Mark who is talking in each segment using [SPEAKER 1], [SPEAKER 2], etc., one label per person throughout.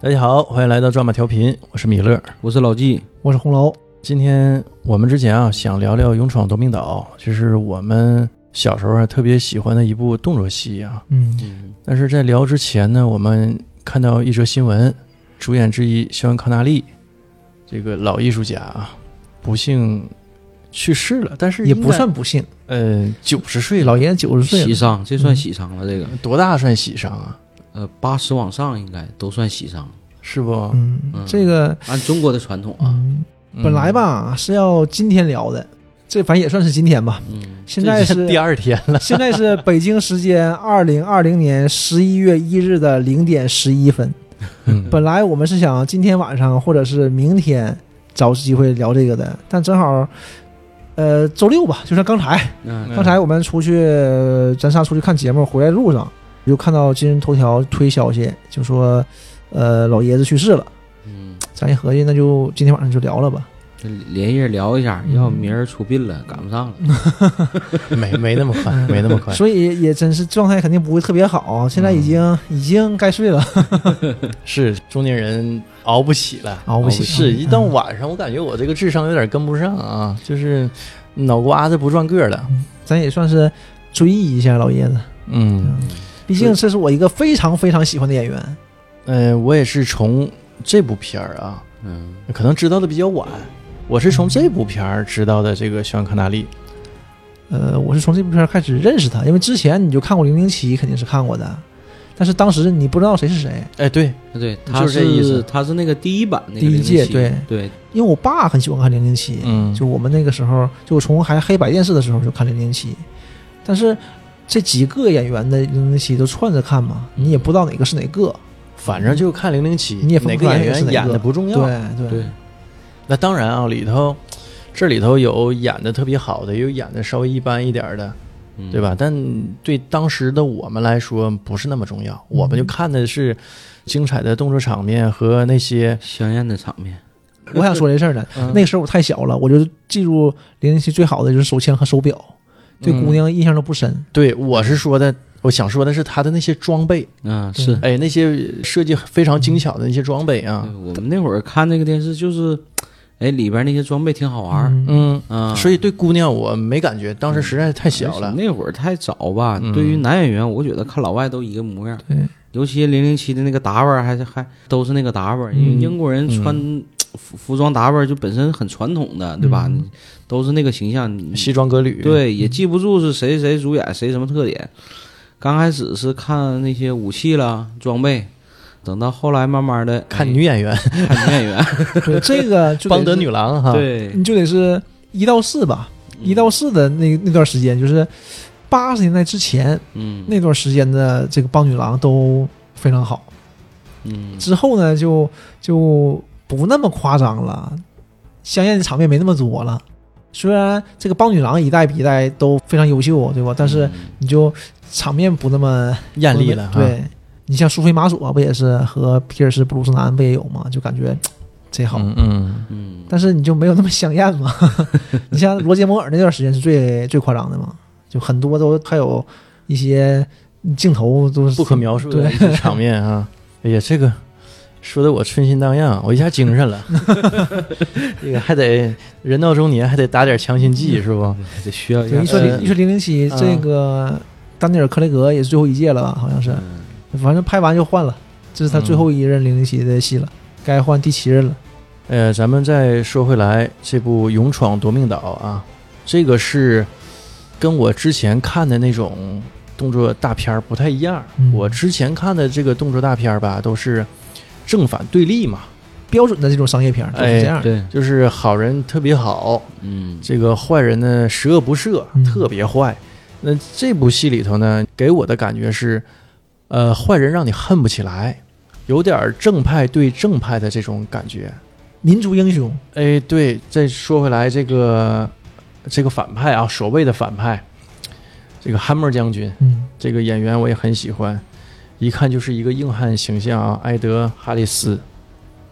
[SPEAKER 1] 大家好，欢迎来到抓马调频，我是米勒。
[SPEAKER 2] 我是老纪，
[SPEAKER 3] 我是红楼，
[SPEAKER 1] 今天我们之前啊，想聊聊《勇闯夺命岛》，就是我们小时候还特别喜欢的一部动作戏啊。
[SPEAKER 3] 嗯
[SPEAKER 1] 但是在聊之前呢，我们看到一则新闻，主演之一肖恩·康纳利，这个老艺术家啊，不幸去世了，但是
[SPEAKER 3] 也
[SPEAKER 1] 应
[SPEAKER 3] 不
[SPEAKER 1] 该
[SPEAKER 3] 算不幸，
[SPEAKER 1] 呃九十岁
[SPEAKER 3] 老
[SPEAKER 1] 老
[SPEAKER 3] 爷九十岁
[SPEAKER 2] 喜
[SPEAKER 3] 了，
[SPEAKER 2] 丧，这算喜丧了。这个，
[SPEAKER 1] 多大算喜丧啊？
[SPEAKER 2] 呃，八十往上应该都算喜丧，
[SPEAKER 1] 是不？
[SPEAKER 3] 嗯
[SPEAKER 2] 嗯，
[SPEAKER 3] 这个
[SPEAKER 2] 按中国的传统啊。
[SPEAKER 3] 嗯，本来
[SPEAKER 1] 嗯
[SPEAKER 3] 吧是要今天聊的，这反正也算是今天吧。
[SPEAKER 2] 嗯，
[SPEAKER 3] 现在
[SPEAKER 1] 这已经
[SPEAKER 3] 是
[SPEAKER 1] 第二天了，
[SPEAKER 3] 现在是北京时间二零二零年十一月一日的零点十一分。
[SPEAKER 1] 嗯
[SPEAKER 3] 本来我们是想今天晚上或者是明天找机会聊这个的，但正好，呃，周六吧，就像刚才，
[SPEAKER 1] 嗯
[SPEAKER 2] 那
[SPEAKER 3] 刚才我们出去，呃咱仨出去看节目，回来路上就看到今日头条推消息，就说，呃，老爷子去世了。
[SPEAKER 2] 嗯，
[SPEAKER 3] 咱一合计，那就今天晚上就聊了吧。
[SPEAKER 2] 这连夜聊一下，
[SPEAKER 3] 嗯
[SPEAKER 2] 要明儿出殡了，赶不上了。
[SPEAKER 1] 没没那么快，没那么 快。
[SPEAKER 3] 所以也真是状态肯定不会特别好，现在已经、已经该睡了，
[SPEAKER 1] 是中年人熬不起了，
[SPEAKER 3] 熬不起
[SPEAKER 1] 是
[SPEAKER 3] 嗯
[SPEAKER 1] 一到晚上，我感觉我这个智商有点跟不上啊，就是脑瓜子不转个了。
[SPEAKER 3] 咱也算是追忆一下老爷子。
[SPEAKER 1] 嗯，
[SPEAKER 3] 毕竟这是我一个非常非常喜欢的演员，
[SPEAKER 1] 呃，我也是从这部片儿啊，
[SPEAKER 2] 嗯，
[SPEAKER 1] 可能知道的比较晚，我是从这部片儿知道的这个肖恩·康纳利。
[SPEAKER 3] 呃，我是从这部片儿开始认识他，因为之前你就看过《零零七》，肯定是看过的，但是当时你不知道谁是谁，
[SPEAKER 1] 哎，对，
[SPEAKER 2] 对，他
[SPEAKER 1] 就是这意思
[SPEAKER 2] 他是那个第一版那个
[SPEAKER 3] 第一届
[SPEAKER 2] 007
[SPEAKER 3] 对
[SPEAKER 2] 对，
[SPEAKER 3] 因为我爸很喜欢看《零零七》，
[SPEAKER 1] 嗯，
[SPEAKER 3] 就我们那个时候，就从还黑白电视的时候就看《零零七》，但是这几个演员的《零零七》都串着看嘛，你也不知道哪个是哪个。
[SPEAKER 1] 反正就看《零零七》，
[SPEAKER 3] 你也分
[SPEAKER 1] 哪
[SPEAKER 3] 不出
[SPEAKER 1] 个
[SPEAKER 3] 来
[SPEAKER 1] 演
[SPEAKER 3] 是
[SPEAKER 1] 员
[SPEAKER 3] 哪
[SPEAKER 1] 演
[SPEAKER 3] 个
[SPEAKER 1] 的不重
[SPEAKER 3] 对
[SPEAKER 1] 要。
[SPEAKER 3] 对
[SPEAKER 2] 对，
[SPEAKER 1] 那当然啊，里头这里头有演的特别好的，也有演的稍微一般一点儿的。
[SPEAKER 2] 嗯
[SPEAKER 1] 对？吧？但对当时的我们来说不是那么重要，我们就看的是精彩的动作场面和那些
[SPEAKER 2] 香艳的场面，
[SPEAKER 3] 我想说这事儿呢，
[SPEAKER 1] 嗯
[SPEAKER 3] 那个时候我太小了，我就记住零零七最好的就是手枪和手表，对姑娘印象都不深。
[SPEAKER 1] 对我是说的，我想说的是他的那些装备，
[SPEAKER 2] 嗯，是。
[SPEAKER 1] 哎，那些设计非常精巧的那些装备啊
[SPEAKER 2] 对，我们那会儿看那个电视，就是，哎，里边那些装备挺好玩儿
[SPEAKER 3] 嗯
[SPEAKER 1] 嗯，
[SPEAKER 2] 啊。
[SPEAKER 1] 所以对姑娘我没感觉，当时实在太小了，
[SPEAKER 2] 那会儿太早吧。
[SPEAKER 1] 嗯
[SPEAKER 2] 对于男演员，我觉得看老外都一个模样。
[SPEAKER 3] 对，
[SPEAKER 2] 尤其零零七的那个打扮，还是还都是那个打扮，因为
[SPEAKER 3] 嗯
[SPEAKER 2] 英国人穿服服装打扮就本身很传统的，对吧？
[SPEAKER 3] 嗯
[SPEAKER 2] 你都是那个形象，你
[SPEAKER 1] 西装革履，，
[SPEAKER 2] 对也记不住是谁谁主演谁什么特点。刚开始是看那些武器啦、装备，等到后来慢慢的哎
[SPEAKER 1] 看女演员
[SPEAKER 2] 看女演 员，
[SPEAKER 3] 对，这个 就得
[SPEAKER 1] 邦德
[SPEAKER 3] 是
[SPEAKER 1] 女郎哈，，
[SPEAKER 2] 对，
[SPEAKER 3] 你就得是一到四吧，啊
[SPEAKER 2] 嗯
[SPEAKER 3] 一到四的那那段时间，就是八十年代之前
[SPEAKER 2] 嗯
[SPEAKER 3] 那段时间的这个邦女郎都非常好。
[SPEAKER 2] 嗯
[SPEAKER 3] 之后呢，就就不那么夸张了，香艳的场面没那么多了。虽然这个邦女郎一代比一代都非常优秀，对吧？但
[SPEAKER 2] 嗯
[SPEAKER 3] 是你就场面不那么
[SPEAKER 1] 艳丽了哈，
[SPEAKER 3] 对你像苏菲玛索不也是和皮尔斯布鲁斯南不也有吗？就感觉这好，
[SPEAKER 1] 嗯嗯，
[SPEAKER 2] 嗯，
[SPEAKER 3] 但是你就没有那么香艳 嘛。你像罗杰摩尔那段时间是最最夸张的嘛，就很多都还有一些镜头都是
[SPEAKER 1] 不可描述的一些场面啊，哎呀，这个说的我春心荡漾，我一下精神了。这个还得人到中年还得打点强心剂是不？
[SPEAKER 2] 这需要
[SPEAKER 3] 对，一说
[SPEAKER 1] 呃
[SPEAKER 3] 零一说零零七，这个丹尼尔·克雷格也是最后一届了吧？好像是，
[SPEAKER 1] 嗯
[SPEAKER 3] 反正拍完就换了，这是他最后一任零零七的戏
[SPEAKER 1] 嗯
[SPEAKER 3] 了，该换第七任了。
[SPEAKER 1] 呃，咱们再说回来，这部《勇闯夺命岛》啊，这个是跟我之前看的那种动作大片儿不太一样。
[SPEAKER 3] 嗯
[SPEAKER 1] 我之前看的这个动作大片儿吧，都是正反对立嘛，
[SPEAKER 3] 标准的这种商业片儿就是这
[SPEAKER 1] 哎
[SPEAKER 3] 样，
[SPEAKER 2] 对，
[SPEAKER 1] 就是好人特别好，
[SPEAKER 2] 嗯，
[SPEAKER 1] 这个坏人呢，十恶不赦，
[SPEAKER 3] 嗯
[SPEAKER 1] 特别坏。那这部戏里头呢，给我的感觉是，呃，坏人让你恨不起来，有点儿正派对正派的这种感觉。
[SPEAKER 3] 民族英雄，
[SPEAKER 1] 哎，对，再说回来，这个这个反派啊，所谓的反派，这个汉默将军
[SPEAKER 3] 嗯，
[SPEAKER 1] 这个演员我也很喜欢，一看就是一个硬汉形象啊，埃德·哈里斯。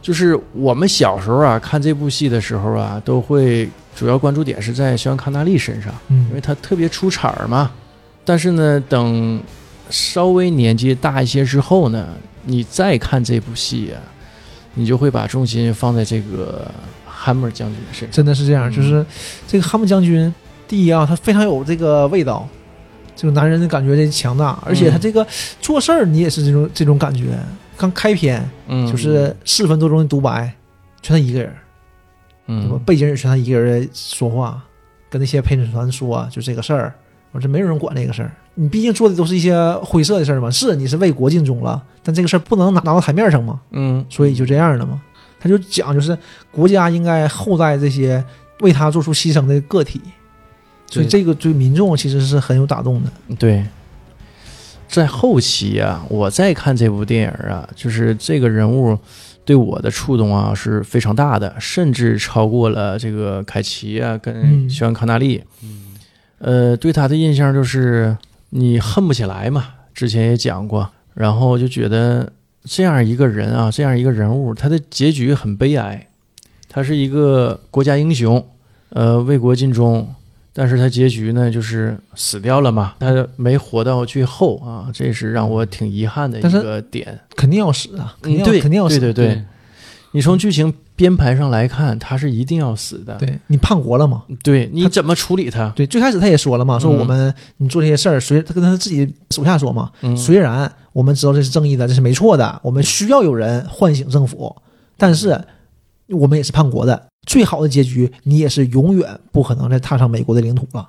[SPEAKER 1] 就是我们小时候啊，看这部戏的时候啊，都会主要关注点是在肖恩·康纳利身上。因为
[SPEAKER 3] 嗯，
[SPEAKER 1] 他特别出彩儿嘛。但是呢，等稍微年纪大一些之后呢，你再看这部戏啊，你就会把重心放在这个 Hammer 将军身上。
[SPEAKER 3] 真的是这样，
[SPEAKER 1] 嗯
[SPEAKER 3] 就是这个哈姆将军，第一啊，他非常有这个味道，这个男人的感觉这强大，
[SPEAKER 1] 嗯
[SPEAKER 3] 而且他这个做事儿你也是这种这种感觉。刚开篇
[SPEAKER 1] 嗯，
[SPEAKER 3] 就是四分多钟的独白，全他一个人，什么
[SPEAKER 1] 嗯，
[SPEAKER 3] 背景也全他一个人说话，跟那些陪审团说、啊就这个事儿，我这没有人管这个事儿。你毕竟做的都是一些灰色的事儿嘛，是你是为国尽忠了，但这个事儿不能拿拿到台面上嘛。
[SPEAKER 1] 嗯，
[SPEAKER 3] 所以就这样了嘛。他就讲，就是国家应该厚待这些为他做出牺牲的个体，所以
[SPEAKER 2] 对
[SPEAKER 3] 这个对民众其实是很有打动的。
[SPEAKER 1] 对，在后期啊，我再看这部电影啊，就是这个人物对我的触动啊是非常大的，甚至超过了这个凯奇啊跟
[SPEAKER 3] 嗯
[SPEAKER 1] 肖恩康纳利。
[SPEAKER 2] 嗯
[SPEAKER 1] 呃，对他的印象就是你恨不起来嘛，之前也讲过，然后就觉得这样一个人啊，这样一个人物，他的结局很悲哀，他是一个国家英雄，呃，为国尽忠。但是他结局呢，就是死掉了嘛，他没活到最后啊，这是让我挺遗憾的一
[SPEAKER 3] 但是
[SPEAKER 1] 个点。
[SPEAKER 3] 肯定要死啊，肯定
[SPEAKER 1] 嗯，
[SPEAKER 3] 要、
[SPEAKER 1] 对，
[SPEAKER 3] 肯定要死。
[SPEAKER 1] 对对对，你从剧情编排上来看，他是一定要死的。
[SPEAKER 3] 对你叛国了嘛？
[SPEAKER 1] 对，你
[SPEAKER 3] 他
[SPEAKER 1] 怎么处理他？
[SPEAKER 3] 对，最开始他也说了嘛，说
[SPEAKER 1] 嗯
[SPEAKER 3] 我们、你做这些事儿，虽他跟他自己手下说嘛，
[SPEAKER 1] 嗯，
[SPEAKER 3] 虽然我们知道这是正义的，这是没错的，我们需要有人唤醒政府，但是我们也是叛国的。最好的结局，你也是永远不可能再踏上美国的领土了。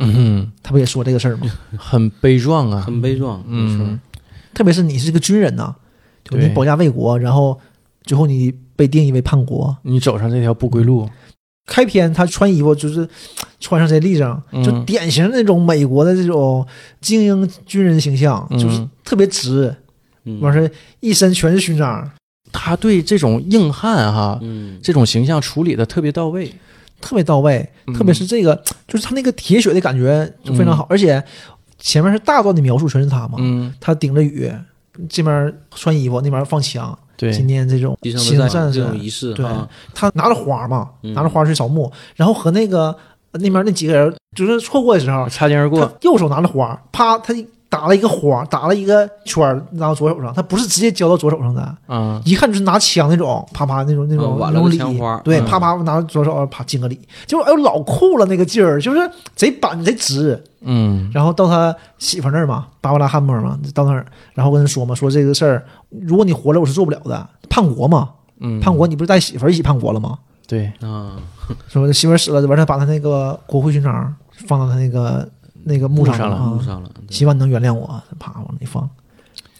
[SPEAKER 1] 嗯哼。
[SPEAKER 3] 他不也说这个事儿吗？
[SPEAKER 1] 很悲壮啊，
[SPEAKER 2] 很悲壮，没错
[SPEAKER 1] 嗯，
[SPEAKER 3] 特别是你是个军人呐、就你
[SPEAKER 1] 对
[SPEAKER 3] 保家卫国，然后最后你被定义为叛国。
[SPEAKER 1] 你走上这条不归路，
[SPEAKER 3] 开篇他穿衣服就是嘖穿上这立正，
[SPEAKER 1] 嗯
[SPEAKER 3] 就典型那种美国的这种精英军人形象，
[SPEAKER 1] 嗯
[SPEAKER 3] 就是特别直，
[SPEAKER 2] 嗯
[SPEAKER 3] 完事儿一身全是勋章，
[SPEAKER 1] 他对这种硬汉哈、
[SPEAKER 2] 嗯，
[SPEAKER 1] 这种形象处理的特别到位，
[SPEAKER 3] 特别到位。
[SPEAKER 1] 嗯
[SPEAKER 3] 特别是这个，嘖就是他那个铁血的感觉就非常好，而且前面是大段的描述全是他嘛，
[SPEAKER 1] 嗯，
[SPEAKER 3] 他顶着雨，这边穿衣服，那边放枪，今
[SPEAKER 1] 对，
[SPEAKER 3] 天这种
[SPEAKER 2] 地
[SPEAKER 3] 新
[SPEAKER 2] 上的战
[SPEAKER 3] 战士
[SPEAKER 2] 这种仪式
[SPEAKER 3] 对
[SPEAKER 2] 啊，
[SPEAKER 3] 他拿着花嘛，
[SPEAKER 2] 嗯
[SPEAKER 3] 拿着花去扫墓，然后和那个呃那边那几个人就是错过的时候，
[SPEAKER 1] 擦肩而
[SPEAKER 3] 他
[SPEAKER 1] 过，
[SPEAKER 3] 右手拿着花，啪，他打了一个花，打了一个圈儿，拿到左手上，他不是直接交到左手上的，
[SPEAKER 1] 啊，
[SPEAKER 3] 一看就是拿枪那种，啪啪那种那种
[SPEAKER 2] 嗯挽
[SPEAKER 3] 那
[SPEAKER 2] 了
[SPEAKER 3] 种
[SPEAKER 2] 个
[SPEAKER 3] 礼
[SPEAKER 2] 枪花，
[SPEAKER 3] 对，
[SPEAKER 1] 嗯
[SPEAKER 3] 啪啪拿左手啪敬个礼，结果哎呦老酷了那个劲儿，就是贼板贼直，
[SPEAKER 1] 嗯，
[SPEAKER 3] 然后到他媳妇儿那儿嘛，芭芭拉汉默嘛，到那儿，然后跟他说嘛，说这个事儿，如果你活着我是做不了的，叛国嘛，
[SPEAKER 1] 嗯，
[SPEAKER 3] 叛国你不是带媳妇儿一起叛国了吗？
[SPEAKER 1] 对，
[SPEAKER 2] 啊，
[SPEAKER 3] 说媳妇儿死了，完他把他那个国徽勋章放到他那个那个墓上
[SPEAKER 1] 上了
[SPEAKER 3] 啊
[SPEAKER 2] 误上了，对
[SPEAKER 3] 希望你能原谅我，啪往那一放，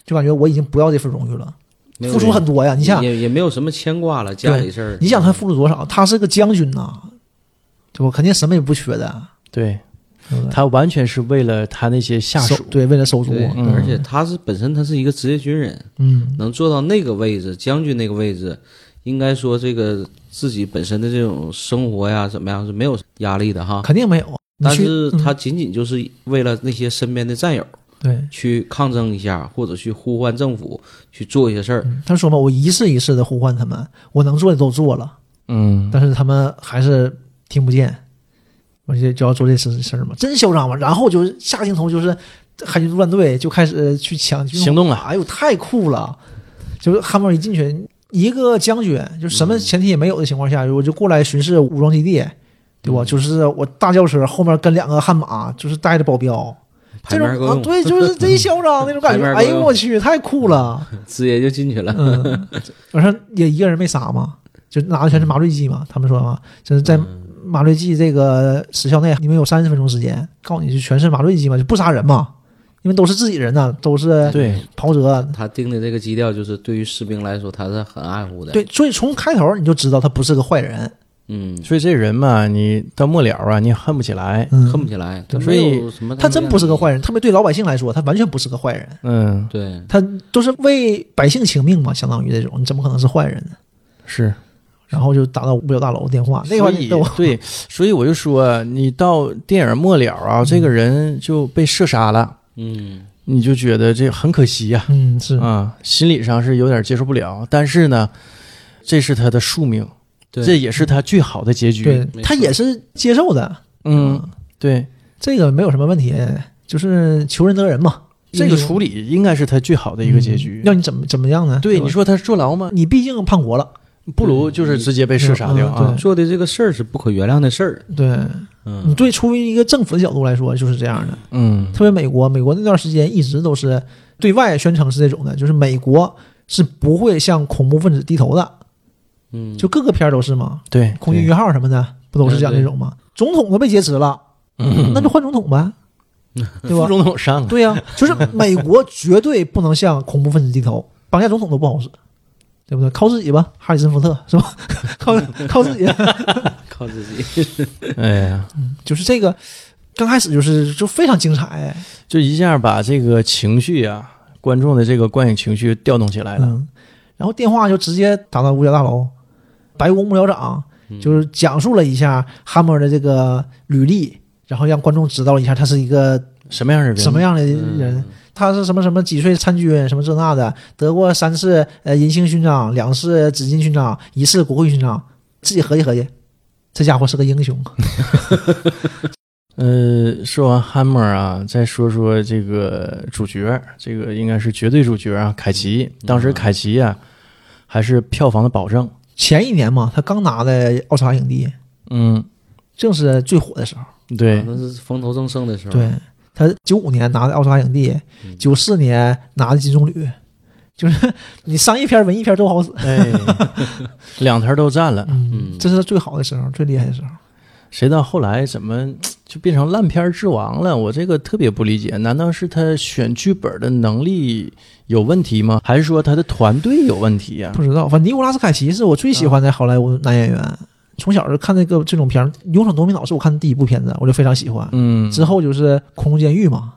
[SPEAKER 3] 就感觉我已经不要这份荣誉了，
[SPEAKER 2] 没有
[SPEAKER 3] 付出很多呀。你想，
[SPEAKER 2] 也也没有什么牵挂了，家里事儿，
[SPEAKER 3] 你想他付出多少？他是个将军呐、对吧？肯定什么也不缺的，
[SPEAKER 1] 对
[SPEAKER 3] 对不对？
[SPEAKER 1] 他完全是为了他那些下
[SPEAKER 3] 手
[SPEAKER 1] 属，
[SPEAKER 3] 对，为了手足，
[SPEAKER 2] 对，
[SPEAKER 1] 嗯
[SPEAKER 2] 而且他是本身他是一个职业军人，
[SPEAKER 3] 嗯，
[SPEAKER 2] 能做到那个位置，将军那个位置，应该说这个自己本身的这种生活呀，怎么样是没有压力的哈。
[SPEAKER 3] 肯定没有。你
[SPEAKER 2] 嗯但
[SPEAKER 3] 去
[SPEAKER 2] 是
[SPEAKER 3] 嗯
[SPEAKER 2] 他仅仅就是为了那些身边的战友
[SPEAKER 3] 对，
[SPEAKER 2] 去抗争一下，或者去呼唤政府去做一些事儿，
[SPEAKER 3] 嗯他说嘛，我一次一次的呼唤他们，我能做的都做了，
[SPEAKER 1] 嗯，
[SPEAKER 3] 但是他们还是听不见，我就就要做这事事儿嘛，真嚣张嘛。然后就下镜头就是海军陆战队就开始呃去抢军
[SPEAKER 1] 行动啊了，
[SPEAKER 3] 哎呦太酷了！就是汉默一进去，一个将军就什
[SPEAKER 2] 嗯
[SPEAKER 3] 么前提也没有的情况下，我就过来巡视武装基地，对
[SPEAKER 2] 嗯
[SPEAKER 3] 吧？就是我大轿车后面跟两个悍马，就是带着保镖。
[SPEAKER 2] 牌
[SPEAKER 3] 这
[SPEAKER 2] 面
[SPEAKER 3] 种
[SPEAKER 2] 够，
[SPEAKER 3] 啊
[SPEAKER 2] 用，
[SPEAKER 3] 对，就是贼嚣张那种感觉。
[SPEAKER 2] 牌面够
[SPEAKER 3] 哎呦
[SPEAKER 2] 用
[SPEAKER 3] 我去，太酷了！
[SPEAKER 2] 直接就进去了。
[SPEAKER 3] 嗯，完事儿也一个人没杀嘛，就拿的全是麻醉剂嘛。他们说嘛，就是在
[SPEAKER 1] 嗯
[SPEAKER 3] 麻醉剂这个时效内，你们有三十分钟时间，告诉你就全是麻醉剂嘛，就不杀人嘛，因为都是自己人呐、都是啊
[SPEAKER 1] 对，
[SPEAKER 3] 袍泽。
[SPEAKER 2] 他定的这个基调就是对于士兵来说，他是很爱护的。，
[SPEAKER 3] 对，所以从开头你就知道他不是个坏人，
[SPEAKER 2] 嗯，
[SPEAKER 1] 所以这人嘛，你到末了啊，你恨不起来，
[SPEAKER 2] 恨
[SPEAKER 3] 嗯，
[SPEAKER 2] 不起来，他
[SPEAKER 1] 所
[SPEAKER 2] 没
[SPEAKER 1] 以
[SPEAKER 2] 有什么
[SPEAKER 3] 他真不是个坏
[SPEAKER 2] 人。
[SPEAKER 3] 人，特别对老百姓来说，他完全不是个坏人，
[SPEAKER 1] 嗯，
[SPEAKER 2] 对，
[SPEAKER 3] 他都是为百姓请命嘛，相当于这种，你怎么可能是坏人呢？
[SPEAKER 1] 是，
[SPEAKER 3] 然后就打到五角大楼电话，那
[SPEAKER 1] 所
[SPEAKER 3] 块
[SPEAKER 1] 以
[SPEAKER 3] 儿都
[SPEAKER 1] 对，所以我就说，你到电影末了啊，这个人就被射杀了，
[SPEAKER 2] 嗯，
[SPEAKER 1] 你就觉得这很可惜呀、
[SPEAKER 3] 嗯是
[SPEAKER 1] 啊，心理上是有点接受不了，但是呢，这是他的宿命，
[SPEAKER 2] 对
[SPEAKER 1] 这也是他最好的结局。
[SPEAKER 3] 对
[SPEAKER 2] 没
[SPEAKER 3] 他
[SPEAKER 2] 错
[SPEAKER 3] 也是接受的，
[SPEAKER 1] 嗯嗯，对，
[SPEAKER 3] 这个没有什么问题，就是求人得人嘛。嗯
[SPEAKER 1] 这个处理应该是他最好的一个结局。
[SPEAKER 3] 要你怎么怎么样呢？
[SPEAKER 1] 对，
[SPEAKER 3] 吧
[SPEAKER 1] 你说他是坐牢吗？
[SPEAKER 3] 你毕竟叛国了，
[SPEAKER 1] 不如就是直接被射杀掉
[SPEAKER 3] 嗯
[SPEAKER 1] 啊
[SPEAKER 3] 对！
[SPEAKER 2] 做的这个事儿是不可原谅的事儿。
[SPEAKER 3] 对你
[SPEAKER 2] 嗯，
[SPEAKER 3] 对，出于一个政府的角度来说就是这样的。
[SPEAKER 1] 嗯
[SPEAKER 3] 特别美国，美国那段时间一直都是对外宣称是这种的，就是美国是不会向恐怖分子低头的，
[SPEAKER 2] 嗯，
[SPEAKER 3] 就各个片儿都是嘛，
[SPEAKER 1] 对，
[SPEAKER 3] 空军一号什么的不都是讲这种吗？总统都被劫持了，
[SPEAKER 1] 嗯
[SPEAKER 3] 那就换总统 呗，对
[SPEAKER 1] 副
[SPEAKER 3] 吧？
[SPEAKER 1] 总统上啊了，
[SPEAKER 3] 对呀、就是美国绝对不能向恐怖分子低头， 绑架总统都不好使，对不对？靠自己吧，哈里森福特是吧？ 靠靠自己，
[SPEAKER 2] 靠自己。
[SPEAKER 1] 哎呀，
[SPEAKER 3] 就是这个。刚开始就是就非常精彩，
[SPEAKER 1] 就一下把这个情绪啊，观众的这个观影情绪调动起来了。
[SPEAKER 3] 嗯，然后电话就直接打到五角大楼，白宫幕僚长
[SPEAKER 1] 嗯
[SPEAKER 3] 就是讲述了一下哈默尔的这个履历，然后让观众知道了一下他是一个
[SPEAKER 1] 什么样的人？
[SPEAKER 3] 什么样的人，
[SPEAKER 2] 嗯
[SPEAKER 3] 他是什么什么几岁参军，什么这那的，得过三次呃银星勋章，两次紫金勋章，一次国会勋章，自己合计合计，这家伙是个英雄。啊
[SPEAKER 1] 呃，说完 Hammer 啊，再说说这个主角，这个应该是绝对主角啊，凯奇。当时凯奇啊，还是票房的保证。
[SPEAKER 3] 前一年嘛，他刚拿的奥斯卡影帝，
[SPEAKER 1] 嗯，
[SPEAKER 3] 正是最火的时候。
[SPEAKER 1] 对，
[SPEAKER 2] 那是风头正盛的时候。
[SPEAKER 3] 对他九五年拿的奥斯卡影帝，九四年拿的金棕榈， 就是你商业片、文艺片都好使。
[SPEAKER 1] 哎，两头都占了。
[SPEAKER 3] 嗯，这是他最好的时候，最厉害的时候。
[SPEAKER 1] 谁到后来怎么就变成烂片之王了？我这个特别不理解，难道是他选剧本的能力有问题吗？还是说他的团队有问题呀、
[SPEAKER 3] 不知道，反正尼古拉斯凯奇是我最喜欢的好莱坞男演员。从小就看那个这种片儿，《勇闯夺命岛》是我看的第一部片子，我就非常喜欢。
[SPEAKER 1] 嗯，
[SPEAKER 3] 之后就是《空中监狱》嘛，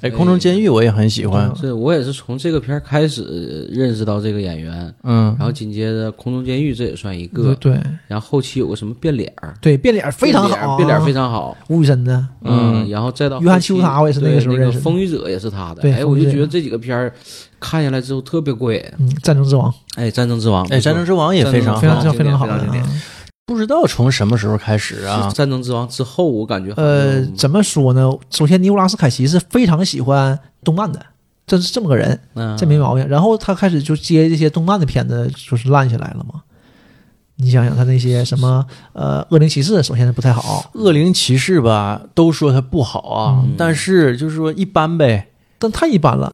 [SPEAKER 1] 哎，空中监狱我也很喜欢。
[SPEAKER 2] 是我也是从这个片儿开始呃认识到这个演员，
[SPEAKER 1] 嗯
[SPEAKER 2] 然，后紧接着《空中监狱》这也算一
[SPEAKER 3] 对
[SPEAKER 2] 个，
[SPEAKER 3] 对
[SPEAKER 2] 然后后期有个什么变脸儿，
[SPEAKER 3] 对，变脸非常好啊，
[SPEAKER 2] 变脸儿非常好。
[SPEAKER 3] 吴宇森的，
[SPEAKER 1] 嗯
[SPEAKER 2] 嗯，然后再到
[SPEAKER 3] 约翰
[SPEAKER 2] 后期
[SPEAKER 3] 丘塔我也是那
[SPEAKER 2] 对
[SPEAKER 3] 个
[SPEAKER 2] 那
[SPEAKER 3] 时候认识的
[SPEAKER 2] 风雨者也是他的。
[SPEAKER 3] 对
[SPEAKER 2] 哎，
[SPEAKER 3] 风
[SPEAKER 2] 我
[SPEAKER 3] 雨
[SPEAKER 2] 就
[SPEAKER 3] 者
[SPEAKER 2] 觉得这几个片儿看下来之后特别过瘾。
[SPEAKER 3] 嗯，《战争之王》
[SPEAKER 2] 哎，战争之王，
[SPEAKER 1] 哎，战争之王也非常
[SPEAKER 3] 非常
[SPEAKER 1] 好
[SPEAKER 2] 战争之。王
[SPEAKER 3] 非常好的
[SPEAKER 2] 啊经典非常经典哎
[SPEAKER 3] 啊。
[SPEAKER 1] 不知道从什么时候开始啊
[SPEAKER 2] 是？战争之王之后，我感觉好像
[SPEAKER 3] 呃，怎么说呢？首先，尼古拉斯凯奇是非常喜欢动漫的，这是这么个人，
[SPEAKER 2] 嗯
[SPEAKER 3] 这没毛病。然后他开始就接这些动漫的片子，就是烂起来了嘛。你想想，他那些什么呃，《恶灵骑士》首先是不太好，
[SPEAKER 1] 恶灵骑士吧，都说它不好啊，
[SPEAKER 2] 嗯
[SPEAKER 1] 但是就是说一般呗。
[SPEAKER 3] 但太一般了。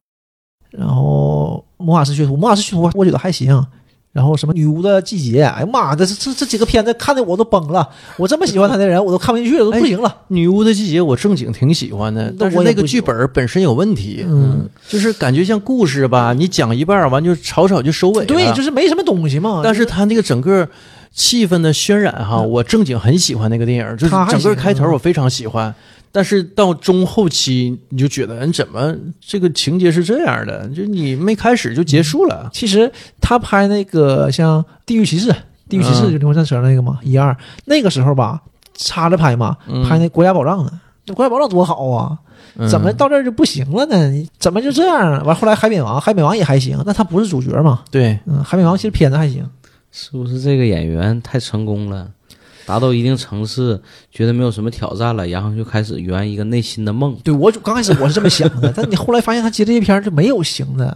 [SPEAKER 3] 然后《魔法师学徒》，《魔法师学徒》我觉得还行。然后什么《女巫的季节》，哎呀妈的，这这这几个片子看的我都崩了。我这么喜欢他的人，我都看不进去了，都不行了。
[SPEAKER 1] 女巫的季节我正经挺喜欢的，但是
[SPEAKER 3] 我也
[SPEAKER 1] 那个
[SPEAKER 3] 不喜
[SPEAKER 1] 剧
[SPEAKER 3] 欢
[SPEAKER 1] 本本身有问题，
[SPEAKER 3] 嗯，
[SPEAKER 1] 就是感觉像故事吧，你讲一半儿完就草草就收尾了。
[SPEAKER 3] 对，就是没什么东西嘛。
[SPEAKER 1] 但是他那个整个气氛的渲染哈，
[SPEAKER 3] 嗯
[SPEAKER 1] 我正经很喜欢那个电影，就是
[SPEAKER 3] 他还
[SPEAKER 1] 整个
[SPEAKER 3] 行
[SPEAKER 1] 开头
[SPEAKER 3] 嗯
[SPEAKER 1] 我非常喜欢，但是到中后期你就觉得，嗯，怎么这个情节是这样的？就你没开始就结束了，
[SPEAKER 3] 其实他拍那个像《地狱骑士》，《地狱骑士》
[SPEAKER 1] 嗯
[SPEAKER 3] 就灵魂战车那个嘛，一二那个时候吧，插着拍嘛，拍那《国家宝藏》呢。那《国家宝藏》多好啊！
[SPEAKER 1] 嗯
[SPEAKER 3] 嗯怎么到这儿就不行了呢？你怎么就这样啊？完，后来《海扁王》，《海扁王》也还行，那他不是主角嘛？
[SPEAKER 1] 对？
[SPEAKER 3] 嗯，《海扁王》其实片子还行。
[SPEAKER 2] 是不是这个演员太成功了，达到一定层次，觉得没有什么挑战了，然后就开始圆一个内心的梦。
[SPEAKER 3] 对我就刚开始我是这么想的，但你后来发现他接这些片儿就没有行的，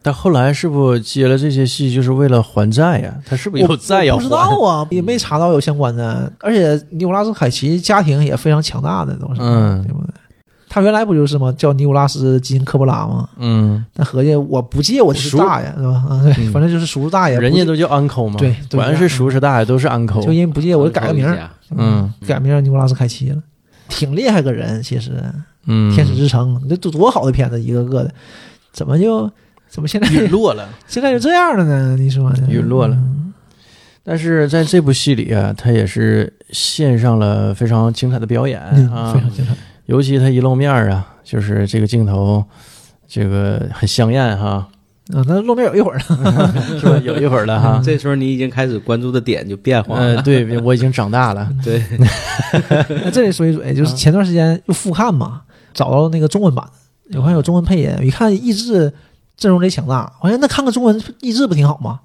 [SPEAKER 1] 但后来是不是接了这些戏就是为了还债呀？他是不是有
[SPEAKER 3] 我
[SPEAKER 1] 债要
[SPEAKER 3] 我
[SPEAKER 1] 还
[SPEAKER 3] 不知？道啊，也没查到有相关的。而且尼古拉斯凯奇家庭也非常强大的，都是，
[SPEAKER 1] 嗯
[SPEAKER 3] 对不对？他原来不就是吗？叫尼古拉斯基金科波拉吗？
[SPEAKER 1] 嗯，
[SPEAKER 3] 那合计我不借，我就是
[SPEAKER 1] 叔
[SPEAKER 3] 大爷，是吧？啊，对，
[SPEAKER 1] 嗯
[SPEAKER 3] 反正就是叔叔大爷，
[SPEAKER 1] 人家
[SPEAKER 3] 哎不
[SPEAKER 1] 都叫 uncle 嘛，
[SPEAKER 3] 对都
[SPEAKER 1] 果然
[SPEAKER 3] 是
[SPEAKER 1] 是叔叔大爷都是
[SPEAKER 3] 借就
[SPEAKER 1] uncle，
[SPEAKER 3] 因为不借，我就改个名儿，
[SPEAKER 1] 嗯
[SPEAKER 3] 改名儿尼古拉斯凯奇了，挺厉害个人，其实
[SPEAKER 1] 嗯，
[SPEAKER 3] 《天使之城》这多多好的片子，一个个的，怎么就怎么现在
[SPEAKER 1] 陨落了。
[SPEAKER 3] 现在就这样了呢？你说呢
[SPEAKER 1] 陨落了。但是在这部戏里啊，他也是献上了非常精彩的表演
[SPEAKER 3] 嗯，
[SPEAKER 1] 啊
[SPEAKER 3] 非，常精彩。
[SPEAKER 1] 尤其他一露面儿啊，就是这个镜头，这个很香艳哈，
[SPEAKER 3] 啊，那露面有一 会儿了，
[SPEAKER 1] 是吧？有一会儿了
[SPEAKER 3] 啊 嗯
[SPEAKER 1] 哈，
[SPEAKER 2] 嗯这时候你已经开始关注的点就变化了。
[SPEAKER 1] 呃，对我已经长大了，
[SPEAKER 2] 对，
[SPEAKER 3] 那这里说一嘴，
[SPEAKER 1] 啊
[SPEAKER 3] 就是前段时间又复看嘛，找到那个中文版，我看有中文配音，我一看译制阵容贼强大，我说那看个中文译制不挺好吗？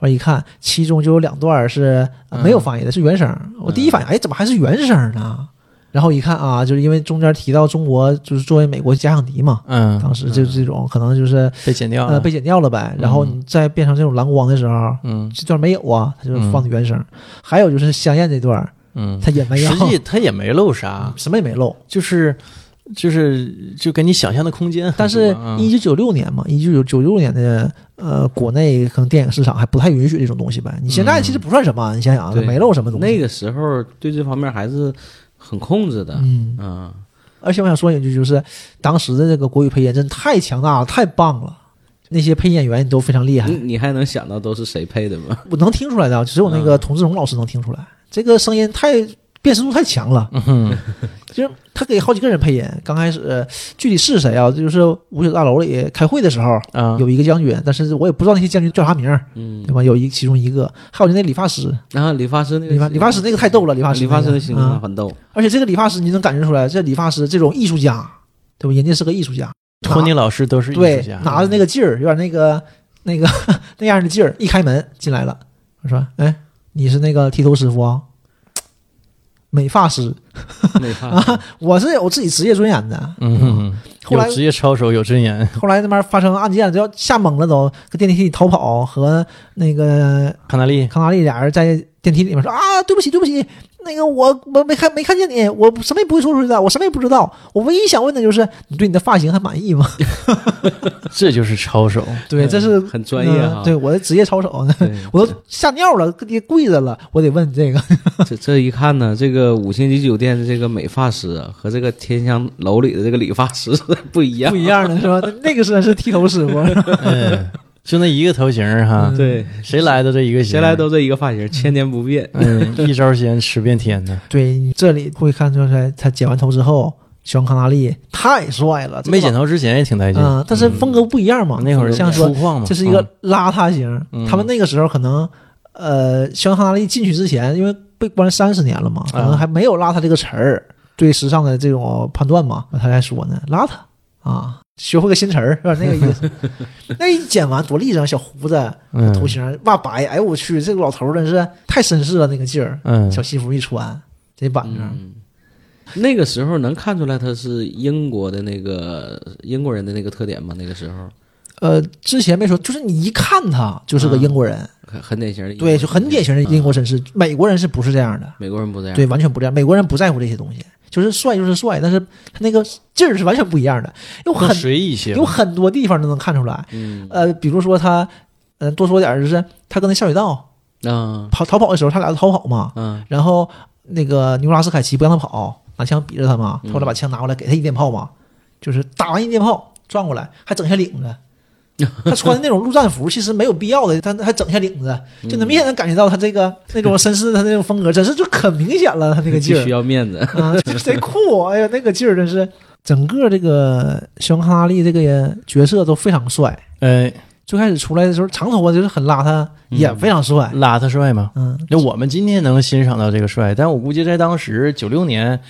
[SPEAKER 3] 完一看，
[SPEAKER 1] 嗯
[SPEAKER 3] 其中就有两段是呃没有翻译的，是原声。我第一反应，哎，怎么还是原声呢？然后一看啊，就是因为中间提到中国就是作为美国假想敌嘛，
[SPEAKER 1] 嗯，
[SPEAKER 3] 当时就这种可能就是
[SPEAKER 1] 被剪掉了，
[SPEAKER 3] 呃被剪掉了呗。然后你再变成这种蓝光的时候，
[SPEAKER 1] 嗯
[SPEAKER 3] 这段没有啊，它就是放
[SPEAKER 2] 嗯
[SPEAKER 3] 的原声。还有就是香艳这段儿，
[SPEAKER 1] 嗯，
[SPEAKER 3] 它也没有啊
[SPEAKER 1] 实，际他也没漏啥，
[SPEAKER 3] 什么也没漏。
[SPEAKER 1] 就是就是就给你想象的空间很多啊，
[SPEAKER 3] 但是，
[SPEAKER 2] 嗯
[SPEAKER 3] 一九九六年嘛，一九九六年的呃，国内可能电影市场还不太允许这种东西呗。你现在其实不算什么，你想想啊，
[SPEAKER 2] 嗯对
[SPEAKER 3] 没 漏什么东西。
[SPEAKER 2] 那个时候对这方面还是很控制的，
[SPEAKER 3] 嗯，
[SPEAKER 2] 嗯，
[SPEAKER 3] 而且我想说一句，就是当时的这个国语配音真太强大了，太棒了，那些配音演员都非常厉害
[SPEAKER 2] 你，你还能想到都是谁配的吗？
[SPEAKER 3] 我能听出来的啊，只有那个童志荣老师能听出来，这个声音太辨识度太强了。
[SPEAKER 1] 嗯哼
[SPEAKER 3] 就是他给好几个人配音，刚开始呃具体是谁啊？就是五角大楼里开会的时候，
[SPEAKER 1] 啊，
[SPEAKER 3] 有一个将军，但是我也不知道那些将军叫啥名儿，
[SPEAKER 2] 嗯
[SPEAKER 3] 对，吧？有一其中一个，还有就那理发师，
[SPEAKER 2] 然后理发师那个
[SPEAKER 3] 理发理发师那个太逗了，理发师
[SPEAKER 2] 理发师
[SPEAKER 3] 那
[SPEAKER 2] 的
[SPEAKER 3] 个
[SPEAKER 2] 形
[SPEAKER 3] 啊
[SPEAKER 2] 象很逗，
[SPEAKER 3] 而且这个理发师你能感觉出来，这理发师这种艺术家，对吧？人家是个艺术家，
[SPEAKER 1] 托尼老师都是艺
[SPEAKER 3] 对
[SPEAKER 1] 术家，，
[SPEAKER 3] 拿着那个劲儿，有点那个 那个那样的劲儿，一开门进来了，我说：“哎，你是那个剃头师傅啊？美发师，
[SPEAKER 2] 美发师
[SPEAKER 3] 我是有自己职业尊严的。
[SPEAKER 1] 嗯哼，
[SPEAKER 3] 后来
[SPEAKER 1] 有职业操守，有尊严，
[SPEAKER 3] 后来那边发生案件，都要吓懵了都，搁电梯里逃跑，和那个
[SPEAKER 1] 康纳利，
[SPEAKER 3] 康纳利俩人在电梯里面说：“啊，对不起，对不起，那个我我没看没看见你，我什么也不会说出去的，我什么也不知道。我唯一想问的就是，你对你的发型还满意吗
[SPEAKER 1] 这就是操 守，？”
[SPEAKER 3] 对，这是
[SPEAKER 2] 很专业啊哈
[SPEAKER 3] 嗯，对我的职业操守。
[SPEAKER 2] 对
[SPEAKER 3] 我都吓尿了，搁地下跪着了，我得问 这个。
[SPEAKER 2] 这这一看呢，这个五星级酒店的这个美发师啊，和这个天香楼里的这个理发师不一样
[SPEAKER 3] 不。一样的 是吧？那个虽然是剃头师傅，
[SPEAKER 1] 嗯，就那一个头型儿
[SPEAKER 3] 嗯
[SPEAKER 1] 哈，
[SPEAKER 2] 对，
[SPEAKER 1] 谁来的这一个型，
[SPEAKER 2] 谁来都这一个发型，千年不变。
[SPEAKER 1] 嗯，一招鲜吃遍天 呢，
[SPEAKER 3] 对你这里会看出来，他剪完头之后，小康纳利太帅了，这个
[SPEAKER 1] 没剪头之前也挺带劲，
[SPEAKER 3] 啊、但是风格不一样嘛。
[SPEAKER 1] 那会儿
[SPEAKER 3] 像
[SPEAKER 1] 粗
[SPEAKER 3] 说
[SPEAKER 1] 犷嘛，
[SPEAKER 3] 这是一个邋遢型，
[SPEAKER 1] 嗯
[SPEAKER 3] 他们那个时候可能，呃，小康纳利进去之前，因为被关三十年了嘛，可
[SPEAKER 1] 啊
[SPEAKER 3] 能还没有“邋遢”这个词儿，对时尚的这种判断嘛，他才说呢，邋遢啊，学会个新词儿是吧？那个意 思。那一剪完多立正，小胡子。
[SPEAKER 1] 嗯
[SPEAKER 3] 头型袜白，哎呦我去，这个老头儿真是太绅士了，那个劲儿，
[SPEAKER 1] 嗯，
[SPEAKER 3] 小西服一穿，这板正，
[SPEAKER 2] 嗯，那个时候能看出来他是英国的那个英国人的那个特点吗？那个时候
[SPEAKER 3] 呃，之前没说，就是你一看他就是个英国人，
[SPEAKER 2] 很很典型的英国
[SPEAKER 3] 对，
[SPEAKER 2] 人，
[SPEAKER 3] 就很典型的英国绅士。
[SPEAKER 2] 嗯
[SPEAKER 3] 美国人是不是这样的？
[SPEAKER 2] 美国人不这样。
[SPEAKER 3] 对，完全不这样。美国人不在乎这些东西，就是帅就是帅，但是他那个劲儿是完全不一样的，有
[SPEAKER 1] 更
[SPEAKER 3] 很
[SPEAKER 1] 随意一些吧，
[SPEAKER 3] 有很多地方都能看出来。
[SPEAKER 2] 嗯
[SPEAKER 3] 呃，比如说他，呃，多说点儿就是他跟那下水道
[SPEAKER 2] 啊
[SPEAKER 3] 跑逃跑的时候，他俩逃跑嘛，
[SPEAKER 2] 啊
[SPEAKER 3] 然后那个牛拉斯凯奇不让他跑，拿枪逼着他嘛，他后来把枪拿过来给他一电炮嘛，就是打完一电炮转过来还整下领子。他穿的那种陆战服其实没有必要的，但他还整下领子，就能明显的感觉到他这个那种绅士，他那种风格真是就可明显了，他那个劲
[SPEAKER 2] 既需
[SPEAKER 3] 儿
[SPEAKER 2] 要面子。
[SPEAKER 3] 啊，就是贼酷！哎呀，那个劲儿真是，整个这个肖恩康纳利这个角色都非常帅。
[SPEAKER 1] 哎，
[SPEAKER 3] 最开始出来的时候，长头发就是很邋遢，也非常帅。
[SPEAKER 1] 邋遢帅吗？
[SPEAKER 3] 嗯，
[SPEAKER 1] 那我们今天能欣赏到这个帅，但我估计在当时九六年，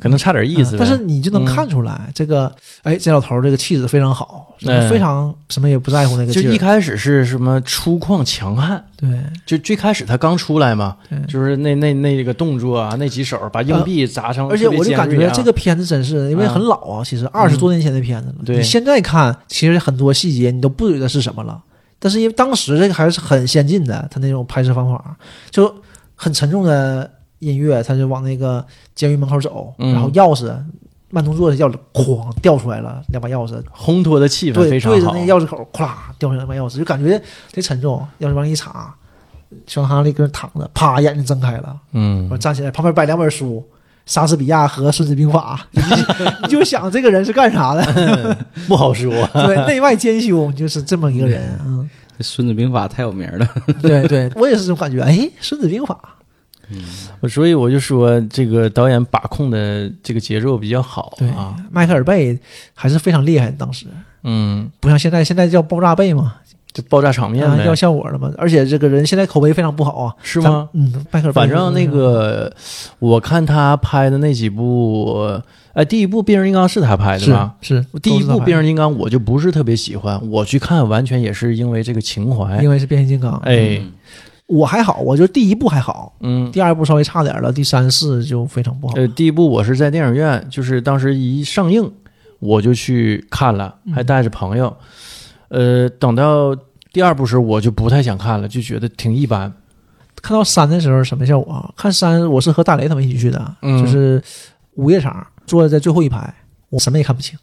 [SPEAKER 1] 可能差点意思呗。
[SPEAKER 3] 嗯但是你就能看出来，这个哎，这老头儿这个气质非常好，
[SPEAKER 1] 嗯
[SPEAKER 3] 非常什么也不在乎那个
[SPEAKER 1] 就
[SPEAKER 3] 劲
[SPEAKER 1] 一嗯
[SPEAKER 3] 儿。
[SPEAKER 1] 开始是什么粗犷强悍，
[SPEAKER 3] 对，
[SPEAKER 1] 就最开始他刚出来嘛
[SPEAKER 3] 对，呃
[SPEAKER 1] 就是那那那个动作啊，那几手把硬币砸成、
[SPEAKER 3] 而且我就感觉这
[SPEAKER 1] 个
[SPEAKER 3] 个片子真是，因为很老啊，其实二十多年前的片子了。
[SPEAKER 1] 嗯对
[SPEAKER 3] 你现在看，其实很多细节你都不觉得是什么了，但是因为当时这个还是很先进的，他那种拍摄方法就很沉重的音乐，他就往那个监狱门口走，
[SPEAKER 1] 嗯
[SPEAKER 3] 然后钥匙慢动作的钥匙哐掉出来了，两把钥匙
[SPEAKER 1] 烘托的气氛
[SPEAKER 3] 对，
[SPEAKER 1] 非
[SPEAKER 3] 对
[SPEAKER 1] 常
[SPEAKER 3] 着
[SPEAKER 1] 好
[SPEAKER 3] 那个。钥匙口，咵掉下来把钥匙，就感觉贼沉重。钥匙往里一插，小哈利搁那躺着，啪眼睛睁开了，
[SPEAKER 1] 嗯
[SPEAKER 3] 我，站起来，旁边摆两本书，莎士比亚和《孙子兵法》你，你就 想这个人是干啥的？
[SPEAKER 1] 不好说。
[SPEAKER 3] 对，内外兼修，你就是这么一个人。嗯，
[SPEAKER 2] 这《孙子兵法》太有名了，
[SPEAKER 3] 对对，我也是这种感觉。哎，《孙子兵法
[SPEAKER 1] 所以我就说，这个导演把控的这个节奏比较好》啊。
[SPEAKER 3] 哎迈克尔贝还是非常厉害的，当时
[SPEAKER 1] 嗯，
[SPEAKER 3] 不像现在，现在叫爆炸贝嘛，
[SPEAKER 1] 就爆炸场面
[SPEAKER 3] 啊
[SPEAKER 1] 呗
[SPEAKER 3] 要，效果了嘛。而且这个人现在口碑非常不好啊，
[SPEAKER 1] 是
[SPEAKER 3] 咱
[SPEAKER 1] 吗？？
[SPEAKER 3] 嗯，迈克尔贝
[SPEAKER 1] 反
[SPEAKER 3] 是
[SPEAKER 1] 正那个，我看他拍的那几部，呃，第一部《变形金刚》是他拍的
[SPEAKER 3] 是
[SPEAKER 1] 吧？
[SPEAKER 3] 是
[SPEAKER 1] 第一
[SPEAKER 3] 都
[SPEAKER 1] 部
[SPEAKER 3] 是
[SPEAKER 1] 《
[SPEAKER 3] 他
[SPEAKER 1] 变
[SPEAKER 3] 拍
[SPEAKER 1] 形金刚》我就不是特别喜欢，我去看完全也是因为这个情怀
[SPEAKER 3] 的，。因为是变形金刚。
[SPEAKER 1] 哎，
[SPEAKER 3] 我还好，我就第一部还好，
[SPEAKER 1] 嗯，
[SPEAKER 3] 第二部稍微差点了，第三四就非常不好。
[SPEAKER 1] 呃，第一部我是在电影院，就是当时一上映我就去看了，还
[SPEAKER 3] 嗯
[SPEAKER 1] 带着朋友。呃，等到第二部时候我就不太想看了，就觉得挺一般。
[SPEAKER 3] 看到三的时候是什么效果啊？看三我是和大雷他们一起去的，啊
[SPEAKER 1] 嗯
[SPEAKER 3] 就是午夜场，坐在最后一排，我什么也看不清，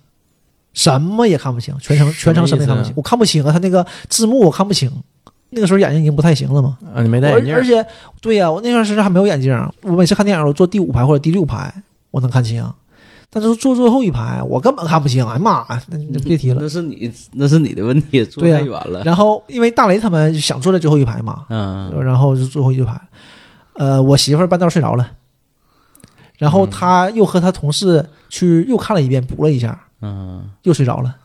[SPEAKER 3] 什么也看不清，全程全程什么也看
[SPEAKER 1] 什么意
[SPEAKER 3] 不
[SPEAKER 1] 思啊，
[SPEAKER 3] 清我看不清啊，他那个字幕我看不清，那个时候眼睛已经不太行了嘛。
[SPEAKER 1] 啊，你没戴眼镜
[SPEAKER 3] 而
[SPEAKER 1] 儿
[SPEAKER 3] 而，且，对呀、我那段时间还没有眼镜儿，我每次看电影，我坐第五排或者第六排，我能看清，但是坐最后一排，我根本看不清。哎呀妈呀，那那别提了。
[SPEAKER 2] 嗯那是你那是你的问 题，坐
[SPEAKER 3] 对啊
[SPEAKER 2] 太远 了。
[SPEAKER 3] 然后，因为大雷他们想坐在最后一排嘛，
[SPEAKER 2] 嗯，
[SPEAKER 3] 然后就最后一排，呃，我媳妇儿半道睡着了，然后她又和她同事去又看了一遍，补了一下，
[SPEAKER 2] 嗯，
[SPEAKER 3] 又睡着了。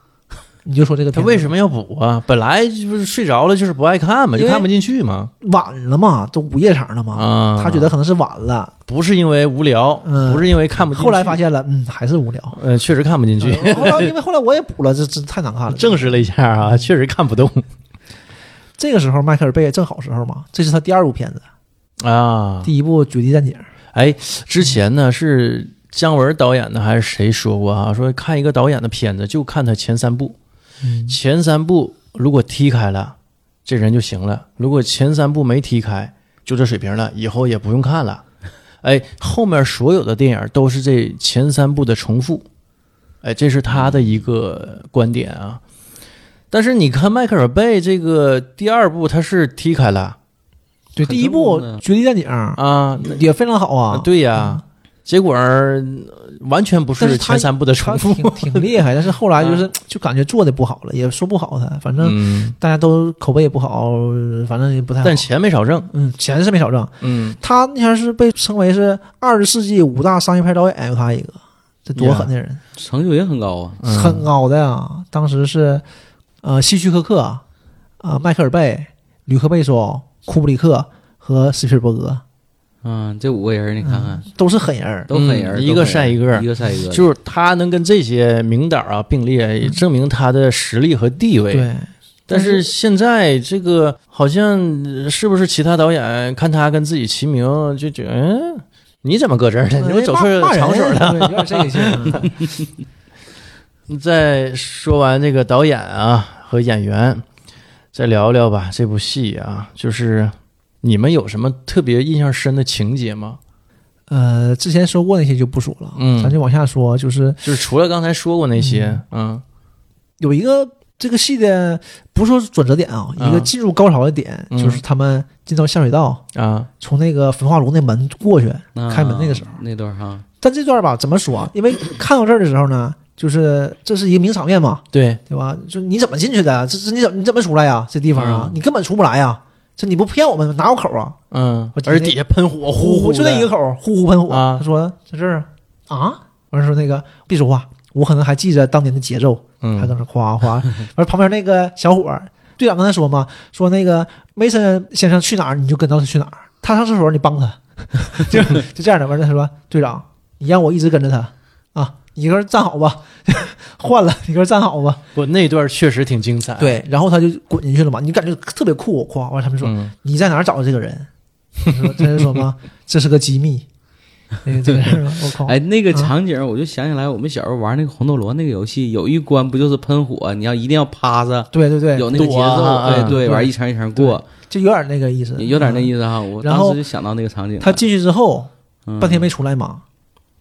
[SPEAKER 3] 你就说这个
[SPEAKER 1] 他
[SPEAKER 3] 片子
[SPEAKER 1] 为什么要补啊？本来就是睡着了，就是不爱看嘛，
[SPEAKER 3] 因
[SPEAKER 1] 就
[SPEAKER 3] 为
[SPEAKER 1] 看不进去嘛。
[SPEAKER 3] 晚了嘛？都午夜场了嘛？
[SPEAKER 1] 啊，
[SPEAKER 3] 她觉得可能是晚了，
[SPEAKER 1] 不是因为无聊，
[SPEAKER 3] 嗯
[SPEAKER 1] 不是因为看不进去。
[SPEAKER 3] 后来发，现了，嗯，还是无聊。
[SPEAKER 1] 呃，确实看不进去。
[SPEAKER 3] 后来因为后来我也补了，这这太难看了。
[SPEAKER 1] 证实了一下啊，确实看不动
[SPEAKER 3] 这个时候迈克尔贝正好时候嘛，这是他第二部片子，
[SPEAKER 1] 啊。
[SPEAKER 3] 第一部《绝地战警》。
[SPEAKER 1] 哎，之前呢是姜文导演的还是谁说过啊？说看一个导演的片子就看他前三部，前三部如果踢开了，这人就行了；如果前三部没踢开，就这水平了，以后也不用看了。哎，后面所有的电影都是这前三部的重复，哎，这是他的一个观点啊。但是你看迈克尔贝这个第二部，他是踢开了
[SPEAKER 3] 对，
[SPEAKER 2] 很
[SPEAKER 3] 第一部
[SPEAKER 2] 成功
[SPEAKER 3] 《
[SPEAKER 2] 的
[SPEAKER 3] 绝地战警》
[SPEAKER 1] 啊，那
[SPEAKER 3] 也非常好啊，
[SPEAKER 1] 对呀、结果儿呃完全不
[SPEAKER 3] 但
[SPEAKER 1] 是
[SPEAKER 3] 是他
[SPEAKER 1] 前三部的
[SPEAKER 3] 他
[SPEAKER 1] 重复啊
[SPEAKER 3] 挺。挺厉害，但是后来就是就感觉做的不好了，也说不好他，反正
[SPEAKER 1] 嗯，
[SPEAKER 3] 大家都口碑也不好，反正也不太好
[SPEAKER 1] 但。钱没少挣。
[SPEAKER 3] 嗯，钱是没少挣，
[SPEAKER 1] 嗯，
[SPEAKER 3] 他那前是被称为是二十世纪五大商业片导演，有他一个，这多狠的人，
[SPEAKER 2] 成就也很高啊。
[SPEAKER 1] 嗯
[SPEAKER 3] 很高的啊！当时是呃希区柯克啊、呃迈克尔贝、吕克贝松、库布里克和斯皮尔伯格，
[SPEAKER 2] 嗯，这五个人你看看
[SPEAKER 3] 都是狠人儿。
[SPEAKER 2] 都狠人，
[SPEAKER 1] 嗯一个赛一
[SPEAKER 2] 一
[SPEAKER 1] 个
[SPEAKER 2] 一个赛一个，
[SPEAKER 1] 就是他能跟这些名导啊并列，也证明他的实力和地位。
[SPEAKER 3] 对，
[SPEAKER 1] 但是现在这个好像呃是不是其他导演看他跟自己齐名，就觉得嗯，你怎么搁这儿呢？你怎么走错
[SPEAKER 3] 骂
[SPEAKER 1] 场所了？
[SPEAKER 3] 了，对有点这个劲儿。
[SPEAKER 1] 再说完这个导演啊和演员，再聊聊吧这部戏啊，就是你们有什么特别印象深的情节吗？
[SPEAKER 3] 呃，之前说过那些就不说了，啊
[SPEAKER 1] 嗯
[SPEAKER 3] 咱就往下说。就是
[SPEAKER 1] 就是除了刚才说过那些，嗯
[SPEAKER 3] 有一个这个戏的，不是说转折点啊，
[SPEAKER 1] 嗯
[SPEAKER 3] 一个进入高潮的点，
[SPEAKER 1] 嗯
[SPEAKER 3] 就是他们进到下水道，
[SPEAKER 1] 啊，
[SPEAKER 3] 从那个焚化炉那门过去。
[SPEAKER 2] 啊
[SPEAKER 3] 开门那个时候
[SPEAKER 2] 那段儿哈，
[SPEAKER 3] 但这段吧，怎么 说啊？因为看到这儿的时候呢，就是这是一个名场面嘛，
[SPEAKER 1] 对，
[SPEAKER 3] 对吧？就你怎么进去的？这这你怎么你怎么出来呀、这地方啊，
[SPEAKER 2] 嗯
[SPEAKER 3] 你根本出不来呀、这你不骗我们吗哪有口啊？
[SPEAKER 1] 嗯
[SPEAKER 3] 我，记得
[SPEAKER 1] 而
[SPEAKER 3] 那
[SPEAKER 1] 底下喷火，呼呼的，
[SPEAKER 3] 就那一个口儿，呼呼喷火。
[SPEAKER 1] 啊
[SPEAKER 3] 他说在这儿啊，完事儿说那个别说话，我可能还记着当年的节奏，
[SPEAKER 1] 嗯，
[SPEAKER 3] 还在那夸 夸。完旁边那个小伙儿，队长跟他说嘛，说那个梅森先生去哪儿你就跟到他去哪儿，他上厕所你帮他， 就就这样的。完了他说队长，你让我一直跟着他啊，你一个人站好吧， 换了，你一个人站好吧。
[SPEAKER 1] 不，那段确实挺精彩。，
[SPEAKER 2] 哎
[SPEAKER 3] 对，然后他就滚进去了嘛，你感觉特别酷，夸。完他们说。
[SPEAKER 1] 嗯，
[SPEAKER 3] 你在哪儿找的这个人？我说这人说吗？这是个机密。那个这个人， 我靠！
[SPEAKER 2] 哎，那个场景我就想起来，我们小时候玩那个红斗罗那个游戏，有一关不就是喷火，你要一定要趴着，
[SPEAKER 3] 对对对，
[SPEAKER 2] 有那个节
[SPEAKER 1] 躲啊
[SPEAKER 2] 奏，
[SPEAKER 1] 啊
[SPEAKER 2] 对对，
[SPEAKER 3] 对
[SPEAKER 2] 完一层一层过，
[SPEAKER 3] 就有点那个意思，
[SPEAKER 2] 有点那
[SPEAKER 3] 思。
[SPEAKER 2] 意思哈。我
[SPEAKER 3] 然
[SPEAKER 2] 当
[SPEAKER 3] 后
[SPEAKER 2] 时就想到那个场景了，
[SPEAKER 3] 他进去之后
[SPEAKER 2] 嗯
[SPEAKER 3] 半天没出来嘛，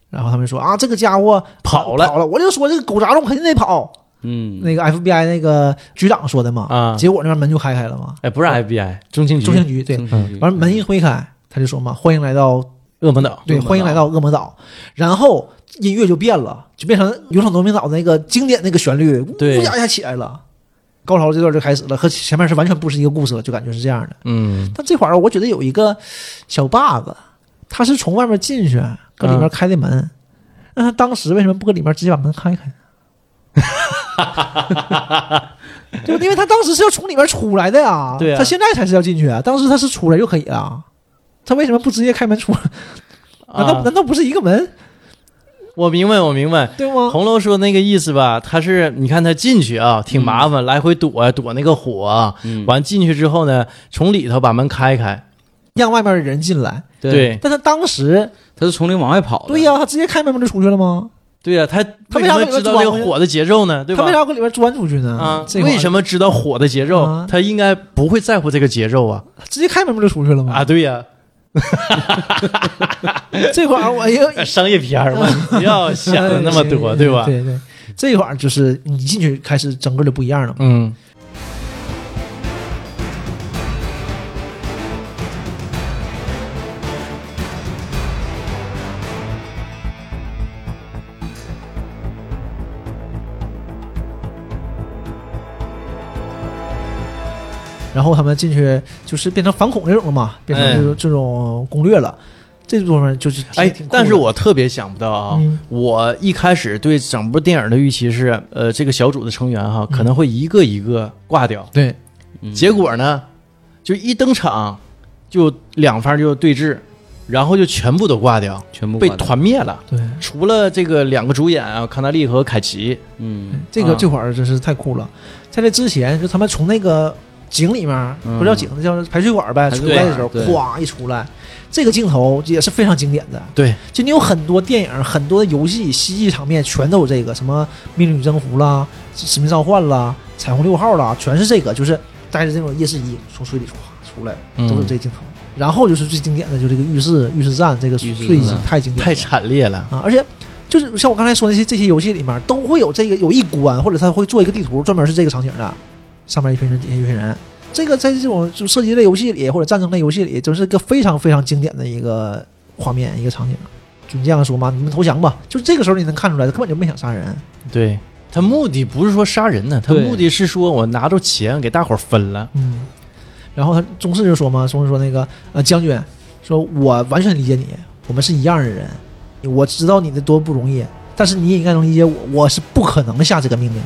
[SPEAKER 3] 然后他们说啊，这个家伙
[SPEAKER 1] 跑了
[SPEAKER 3] 跑了，我就说这个狗杂种肯定得跑。
[SPEAKER 2] 嗯，
[SPEAKER 3] 那个 FBI 那个局长说的嘛，
[SPEAKER 1] 啊，
[SPEAKER 3] 结果那边门就开开了嘛，
[SPEAKER 1] 哎，不是 FBI，中情局
[SPEAKER 3] 中，情局对，
[SPEAKER 2] 中情局
[SPEAKER 3] 嗯完了门一推开，他就说嘛，欢迎来到
[SPEAKER 1] 嗯恶魔岛，
[SPEAKER 3] 对，
[SPEAKER 2] 恶魔
[SPEAKER 3] 欢迎来
[SPEAKER 2] 岛
[SPEAKER 3] 到恶魔岛。然后音乐就变了，就变成《勇闯夺命岛》那个经典那个旋律，呜
[SPEAKER 1] 对
[SPEAKER 3] 呀一下起来了。高潮这段就开始了，和前面是完全不是一个故事了，就感觉是这样的。
[SPEAKER 1] 嗯
[SPEAKER 3] 但这块儿我觉得有一个小 bug，他是从外面进去，搁
[SPEAKER 1] 嗯
[SPEAKER 3] 里面开的门。那他当时为什么不搁里面直接把门开开呢？ 对，因为他当时是要从里面出来的 呀。
[SPEAKER 1] 对啊
[SPEAKER 3] 他现在才是要进去啊，当时他是出来就可以了。他为什么不直接开门出来？难道、
[SPEAKER 1] 啊
[SPEAKER 3] 难道不是一个门？
[SPEAKER 1] 我明白，我明白。
[SPEAKER 3] 对吗？
[SPEAKER 1] 红楼说那个意思吧，他是你看他进去啊，挺麻烦，来回躲啊躲那个火啊、
[SPEAKER 2] 嗯，
[SPEAKER 1] 完进去之后呢，从里头把门开开，
[SPEAKER 3] 让外面的人进来，
[SPEAKER 2] 对，
[SPEAKER 1] 哎
[SPEAKER 3] 但他当时，
[SPEAKER 2] 他是从里往外跑的。
[SPEAKER 3] 对呀、他直接开门不就出去了吗？
[SPEAKER 1] 对呀、他
[SPEAKER 3] 他为
[SPEAKER 1] 为
[SPEAKER 3] 啥
[SPEAKER 1] 什
[SPEAKER 3] 会
[SPEAKER 1] 么知道这个火的节奏呢？对
[SPEAKER 3] 他
[SPEAKER 1] 吧？
[SPEAKER 3] 为啥要搁里边钻出去呢？
[SPEAKER 1] 啊？
[SPEAKER 3] 嗯这
[SPEAKER 1] 为什
[SPEAKER 3] 么
[SPEAKER 1] 么知道火的节奏？
[SPEAKER 3] 啊
[SPEAKER 1] 他应该不会在乎这个节奏啊！
[SPEAKER 3] 直接开门不就出去了吗？
[SPEAKER 1] 啊，对呀、
[SPEAKER 3] 这会儿我又
[SPEAKER 1] 呃商业片儿嘛， 不要想的那么多，对吧？
[SPEAKER 3] 哎嗯对对，这会儿就是你进去开始整个就不一样了嘛。
[SPEAKER 1] 嗯，嗯
[SPEAKER 3] 然后他们进去就是变成反恐这种了
[SPEAKER 1] 哎
[SPEAKER 3] 嘛，变成这种这种攻略了。这部分就是挺
[SPEAKER 1] 哎
[SPEAKER 3] 挺，酷的
[SPEAKER 1] 但是我特别想不到啊。
[SPEAKER 3] 嗯
[SPEAKER 1] 我一开始对整部电影的预期是，呃，这个小组的成员
[SPEAKER 3] 嗯
[SPEAKER 1] 哈可能会一个一个挂掉，
[SPEAKER 3] 对
[SPEAKER 2] 嗯
[SPEAKER 1] 结果呢，就一登场就两方就对峙，然后就全部都挂掉，
[SPEAKER 2] 全部
[SPEAKER 1] 被
[SPEAKER 2] 挂掉
[SPEAKER 1] 团灭了。
[SPEAKER 3] 对，
[SPEAKER 1] 除了这个两个主演啊，康纳利和凯奇，
[SPEAKER 2] 嗯
[SPEAKER 3] 这个
[SPEAKER 1] 啊
[SPEAKER 3] 这会儿真是太酷了。在这之前，就他们从那个井里面，
[SPEAKER 2] 嗯
[SPEAKER 3] 不叫井，叫排水管呗，
[SPEAKER 2] 排
[SPEAKER 3] 出
[SPEAKER 2] 水
[SPEAKER 3] 来的时候，
[SPEAKER 2] 管对
[SPEAKER 3] 咵一出来，这个镜头也是非常经典的。
[SPEAKER 1] 对，
[SPEAKER 3] 就你有很多电影、很多的游戏、戏剧场面全都有这个，什么《命令与征服》啦，《使命召唤》啦，《彩虹六号》啦，全是这个，就是带着这种夜视仪从水里唰出来，
[SPEAKER 1] 嗯
[SPEAKER 3] 都是这镜头。然后就是最经典的，就这个浴室浴室战，这个
[SPEAKER 2] 浴室
[SPEAKER 3] 最
[SPEAKER 2] 战
[SPEAKER 3] 太经典
[SPEAKER 1] 嗯
[SPEAKER 3] 了，
[SPEAKER 1] 太惨烈了。
[SPEAKER 3] 啊，而且就是像我刚才说那些这些游戏里面都会有这个有一关，或者他会做一个地图，专门是这个场景的，上面一群人，底下一群人。这个在这种就射击类游戏里或者战争类游戏里，就是个非常非常经典的一个画面一个场景。军将说嘛，你们投降吧，就这个时候你能看出来，他根本就没想杀人。
[SPEAKER 1] 对他目的不是说杀人呢，他
[SPEAKER 2] 对
[SPEAKER 1] 目的是说我拿着钱给大伙儿分了。
[SPEAKER 3] 嗯，然后他宗室就说嘛，宗室说那个呃将军，说我完全理解你，我们是一样的人，我知道你的多不容易，但是你也应该能理解我，我是不可能下这个命令的。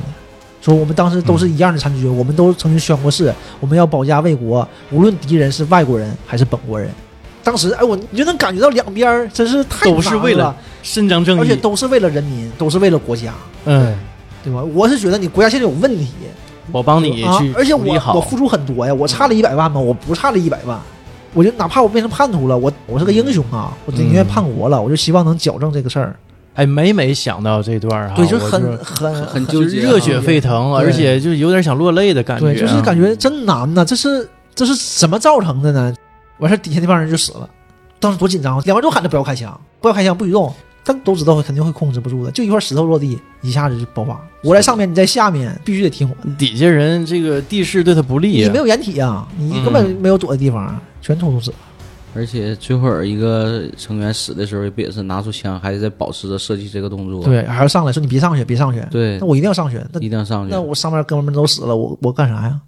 [SPEAKER 3] 说我们当时都是一样的残局，我们都曾经宣过誓，我们要保家卫国，无论敌人是外国人还是本国人。当时哎，我你就能感觉到两边儿真是太
[SPEAKER 1] 都是
[SPEAKER 3] 难
[SPEAKER 1] 为了
[SPEAKER 3] 了，
[SPEAKER 1] 伸张正义，
[SPEAKER 3] 而且都是为了人民，都是为了国家，
[SPEAKER 1] 嗯，
[SPEAKER 3] 对吧？我是觉得你国家现在有问题，
[SPEAKER 1] 我帮你
[SPEAKER 3] 啊
[SPEAKER 1] 去、
[SPEAKER 3] 而且
[SPEAKER 1] 处理
[SPEAKER 3] 我
[SPEAKER 1] 好。
[SPEAKER 3] 我付出很多呀，我差了一百万吗？我不差了一百万，我就哪怕我变成叛徒了，我我是个英雄啊，我宁
[SPEAKER 1] 嗯
[SPEAKER 3] 愿叛国了，我就希望能矫正这个事儿。
[SPEAKER 1] 哎，每每想到这段儿哈，
[SPEAKER 3] 对，就
[SPEAKER 1] 啊我
[SPEAKER 3] 是很嗯很
[SPEAKER 2] 很很
[SPEAKER 1] 就
[SPEAKER 2] 纠
[SPEAKER 1] 是
[SPEAKER 2] 结啊
[SPEAKER 1] 热血沸腾，
[SPEAKER 3] 对
[SPEAKER 1] 而且就有点想落泪的感觉啊、
[SPEAKER 3] 对，就是感觉真难呐、这是这是怎么造成的呢？完事儿底下那帮人就死了，当时多紧张啊，两边都喊着不要开枪，不要开枪，不许动。但都知道肯定会控制不住的，就一块石头落地，一下子就爆发。我在上面，你在下面，必须得听我的。
[SPEAKER 1] 底下人嗯这个地势对他不利、
[SPEAKER 3] 你
[SPEAKER 1] 啊
[SPEAKER 3] 没。有掩体啊，你根本
[SPEAKER 1] 嗯
[SPEAKER 3] 没有躲的地方，啊全冲突死了。
[SPEAKER 2] 而且最后儿一个成员死的时候，不也是拿出枪，还是在保持着射击这个动作？
[SPEAKER 3] 对，还要上来说你别上去，别上去。
[SPEAKER 2] 对
[SPEAKER 3] 那，我一定要上学。那
[SPEAKER 2] 一定要上去
[SPEAKER 3] 那。我上面哥们儿都死了，我我干啥呀？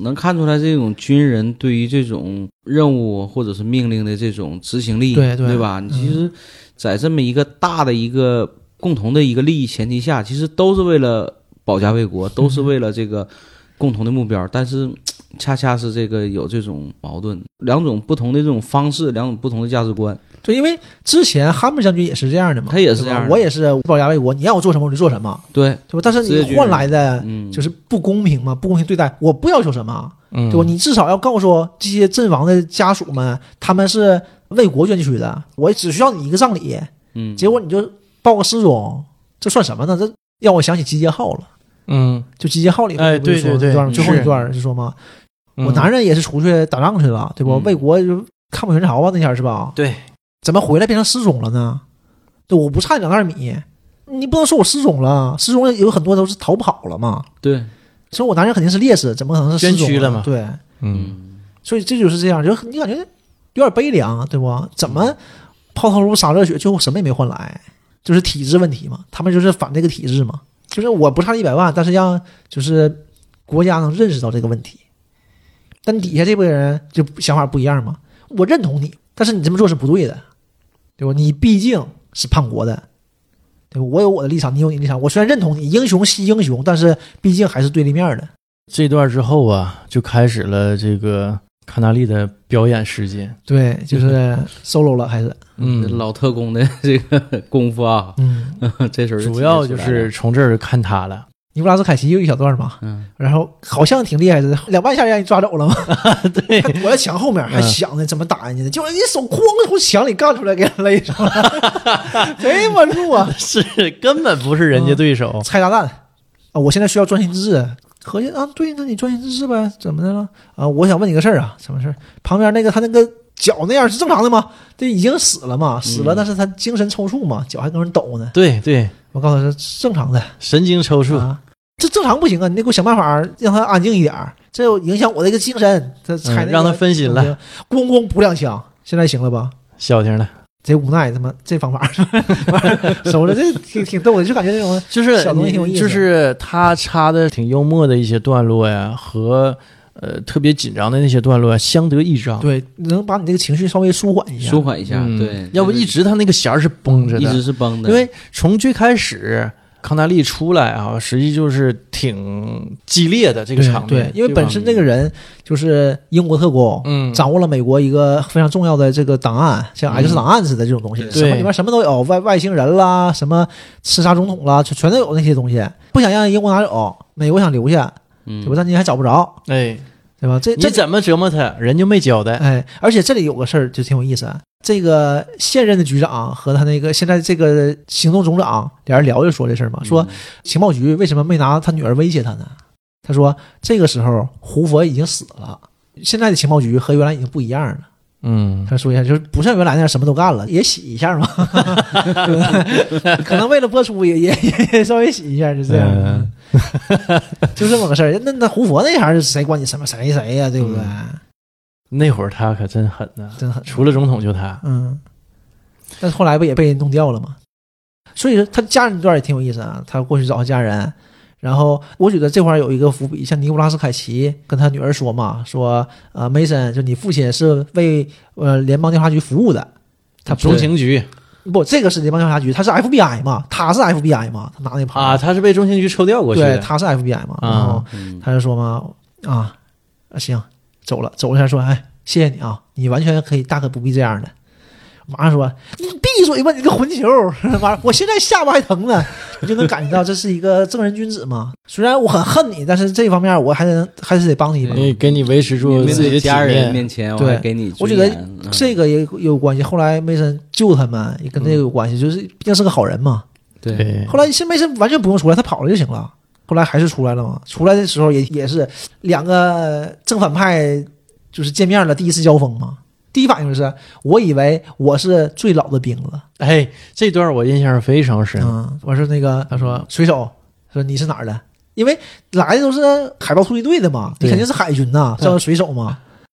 [SPEAKER 2] 能看出来这种军人对于这种任务或者是命令的这种执行力，
[SPEAKER 3] 对嗯对
[SPEAKER 2] 对吧？你其实，在这么一个大的一个共同的一个利益前提下，其实都是为了保家卫国，都是为了这个共同的目标，但是。恰恰是这个有这种矛盾，两种不同的这种方式，两种不同的价值观，
[SPEAKER 3] 对，因为之前哈姆将军也是这样的嘛，
[SPEAKER 2] 他也是
[SPEAKER 3] 对
[SPEAKER 2] 这
[SPEAKER 3] 吧
[SPEAKER 2] 样的
[SPEAKER 3] 我也是保家卫国，你让我做什么我就做什么，
[SPEAKER 2] 对，
[SPEAKER 3] 对吧？但是
[SPEAKER 2] 职业军
[SPEAKER 3] 你
[SPEAKER 2] 人
[SPEAKER 3] 换来的
[SPEAKER 2] 嗯，
[SPEAKER 3] 就是不公平嘛，不公平对待，我不要求什么，
[SPEAKER 1] 嗯，
[SPEAKER 3] 对吧？你至少要告诉这些阵亡的家属们，他们是为国捐躯的，我只需要你一个葬礼，
[SPEAKER 2] 嗯，
[SPEAKER 3] 结果你就报个失踪，这算什么呢？这让我想起集结号了，
[SPEAKER 1] 嗯，
[SPEAKER 3] 就集结号里面
[SPEAKER 1] 哎
[SPEAKER 3] 不是
[SPEAKER 1] 对
[SPEAKER 3] 说
[SPEAKER 1] 对对
[SPEAKER 3] 那段吗最后一
[SPEAKER 1] 是
[SPEAKER 3] 段是说嘛，
[SPEAKER 1] 嗯
[SPEAKER 3] 我男人也是出去打仗去了，对不？
[SPEAKER 2] 嗯
[SPEAKER 3] 为国就抗美援朝吧，啊那天是吧？
[SPEAKER 1] 对，
[SPEAKER 3] 怎么回来变成失踪了呢？对，我不差你两袋米，你不能说我失踪了，失踪有很多都是逃跑了嘛。
[SPEAKER 2] 嗯对，
[SPEAKER 3] 所以我男人肯定是烈士，怎么可能是失
[SPEAKER 1] 捐躯
[SPEAKER 3] 踪
[SPEAKER 1] 了
[SPEAKER 3] 嘛？
[SPEAKER 1] 嘛
[SPEAKER 3] 对，
[SPEAKER 1] 嗯，
[SPEAKER 2] 嗯，
[SPEAKER 3] 所以这就是这样，就你感觉有点悲凉，啊对不？怎么抛头颅洒热血，最后什么也没换来，就是体制问题嘛。他们就是反这个体制嘛，就是我不差一百万，但是让就是国家能认识到这个问题。但底下这波人就想法不一样嘛，我认同你，但是你这么做是不对的，对吧？你毕竟是叛国的，对吧？我有我的立场，你有你的立场。我虽然认同你，英雄惜英雄，但是毕竟还是对立面的。
[SPEAKER 1] 这段之后啊，就开始了这个卡纳利的表演时间。
[SPEAKER 3] 对，就是 solo 了，还是
[SPEAKER 1] 嗯，
[SPEAKER 2] 老特工的这个功夫啊，
[SPEAKER 3] 嗯，
[SPEAKER 2] 这时候
[SPEAKER 1] 主要就
[SPEAKER 2] 体现出来
[SPEAKER 1] 是
[SPEAKER 2] 了
[SPEAKER 1] 从这儿看他了。
[SPEAKER 3] 尼古拉斯凯奇有一小段嘛，
[SPEAKER 2] 嗯，
[SPEAKER 3] 然后好像挺厉害的，两半下让你抓走了嘛。
[SPEAKER 1] 对，
[SPEAKER 3] 我在墙后面还想着怎么打人家呢，结果人家手哐从墙里干出来，给他勒上了，贼稳住啊！
[SPEAKER 1] 是根本不是人家对手。
[SPEAKER 3] 拆炸弹啊！我现在需要专心致志。合计啊，对，那你专心致志呗，怎么的了？啊，我想问你个事儿啊，什么事儿？旁边那个他那个脚那样是正常的吗？这已经死了嘛，死了，但是他精神抽搐嘛，脚还跟人抖呢。
[SPEAKER 1] 对对，
[SPEAKER 3] 我告诉他是正常的
[SPEAKER 1] 神经抽搐。
[SPEAKER 3] 啊，这正常不行啊，你得给我想办法让他安静一点儿，这有影响我的一个精神。他
[SPEAKER 1] 嗯
[SPEAKER 3] 才、
[SPEAKER 1] 让他分心了，
[SPEAKER 3] 咣咣补两枪，现在行了吧？
[SPEAKER 1] 消停了，
[SPEAKER 3] 贼无奈，他妈这方法， 手着这挺挺逗的，就感觉这种
[SPEAKER 1] 就是
[SPEAKER 3] 小东西挺有意
[SPEAKER 1] 你
[SPEAKER 3] 思
[SPEAKER 1] 就是他插的挺幽默的一些段落呀，和呃特别紧张的那些段落呀相得益彰。
[SPEAKER 3] 对，能把你这个情绪稍微舒缓一下。
[SPEAKER 2] 舒缓一下，
[SPEAKER 1] 嗯
[SPEAKER 2] 对，
[SPEAKER 1] 要不一直他那个弦儿是绷着
[SPEAKER 2] 一直
[SPEAKER 1] 的，
[SPEAKER 2] 是绷的，
[SPEAKER 1] 因为从最开始。康纳利出来啊，实际就是挺激烈的这个
[SPEAKER 3] 对
[SPEAKER 1] 场面，
[SPEAKER 3] 对，因为
[SPEAKER 1] 对吧
[SPEAKER 3] 本身这个人就是英国特工，
[SPEAKER 1] 嗯，
[SPEAKER 3] 掌握了美国一个非常重要的这个档案，像 X 档案似的这种东西，
[SPEAKER 2] 对
[SPEAKER 3] 什么里面什么都有，外外星人啦，什么刺杀总统啦，全全都有那些东西。不想让英国拿走，美国想留下，
[SPEAKER 2] 嗯
[SPEAKER 3] 对吧？但你还找不着，
[SPEAKER 1] 哎，
[SPEAKER 3] 对吧？这
[SPEAKER 1] 你
[SPEAKER 3] 这
[SPEAKER 1] 怎么折磨他，人就没交代。
[SPEAKER 3] 哎，而且这里有个事儿就挺有意思啊，这个现任的局长和他那个现在这个行动总长俩人聊就说这事
[SPEAKER 1] 嗯
[SPEAKER 3] 儿嘛，说情报局为什么没拿他女儿威胁他呢？他说这个时候胡佛已经死了，现在的情报局和原来已经不一样了。
[SPEAKER 1] 嗯，
[SPEAKER 3] 他说一下，就是不像原来那样什么都干了，也洗一下嘛， 对吧可能为了播出也 也也也稍微洗一下，就这样，
[SPEAKER 1] 嗯
[SPEAKER 3] 就这么个事儿。那那胡佛那行是谁管你什么谁谁呀、对不对？
[SPEAKER 1] 那会儿他可真狠呐、
[SPEAKER 3] 真很
[SPEAKER 1] 嗯除了总统就他。
[SPEAKER 3] 嗯，但是后来不也被人弄掉了吗？所以说他家人这段也挺有意思啊，他过去找他家人，然后我觉得这块儿有一个伏笔，像尼古拉斯凯奇跟他女儿说嘛，说呃梅森就你父亲是为呃联邦调查局服务的，他不
[SPEAKER 1] 中
[SPEAKER 3] 是
[SPEAKER 1] 情局
[SPEAKER 3] 不这个是联邦调查局，他是 FBI 嘛，他是 FBI 嘛，他拿那牌儿
[SPEAKER 1] 啊，他是被中情局抽调过去
[SPEAKER 3] 对，
[SPEAKER 1] 的。
[SPEAKER 3] 他是 FBI 嘛，
[SPEAKER 1] 啊
[SPEAKER 3] 然后
[SPEAKER 2] 嗯
[SPEAKER 3] 他就说嘛啊啊行，走了，走了一下说，哎，谢谢你啊，你完全可以，大可不必这样的。马上说，你闭嘴吧，你个混球！ 完了，我现在下巴还疼呢，你就能感觉到这是一个正人君子嘛。虽然我很恨你，但是这方面我还能还是得帮你一把。
[SPEAKER 1] 你给你维持住
[SPEAKER 2] 面
[SPEAKER 1] 自己
[SPEAKER 2] 对
[SPEAKER 1] 的体
[SPEAKER 2] 家人
[SPEAKER 1] 面，
[SPEAKER 2] 面前，我
[SPEAKER 3] 对
[SPEAKER 2] 还给你
[SPEAKER 3] 我
[SPEAKER 2] 尊
[SPEAKER 3] 觉得
[SPEAKER 2] 严嗯
[SPEAKER 3] 这个也有有关系。后来梅森救他们也跟这个有关系，就是毕竟是个好人嘛。
[SPEAKER 2] 对，
[SPEAKER 3] 后来现梅森完全不用出来，他跑了就行了。后来还是出来了嘛，出来的时候也也是两个正反派就是见面了，第一次交锋嘛。第一反应就是，我以为我是最老的兵了，
[SPEAKER 1] 哎，这段我印象非常深。
[SPEAKER 3] 嗯，我说那个，他说水手，说你是哪儿的？因为来的都是海豹突击队的嘛，你
[SPEAKER 1] 对
[SPEAKER 3] 肯定是海军呐，
[SPEAKER 1] 对
[SPEAKER 3] 叫水手嘛。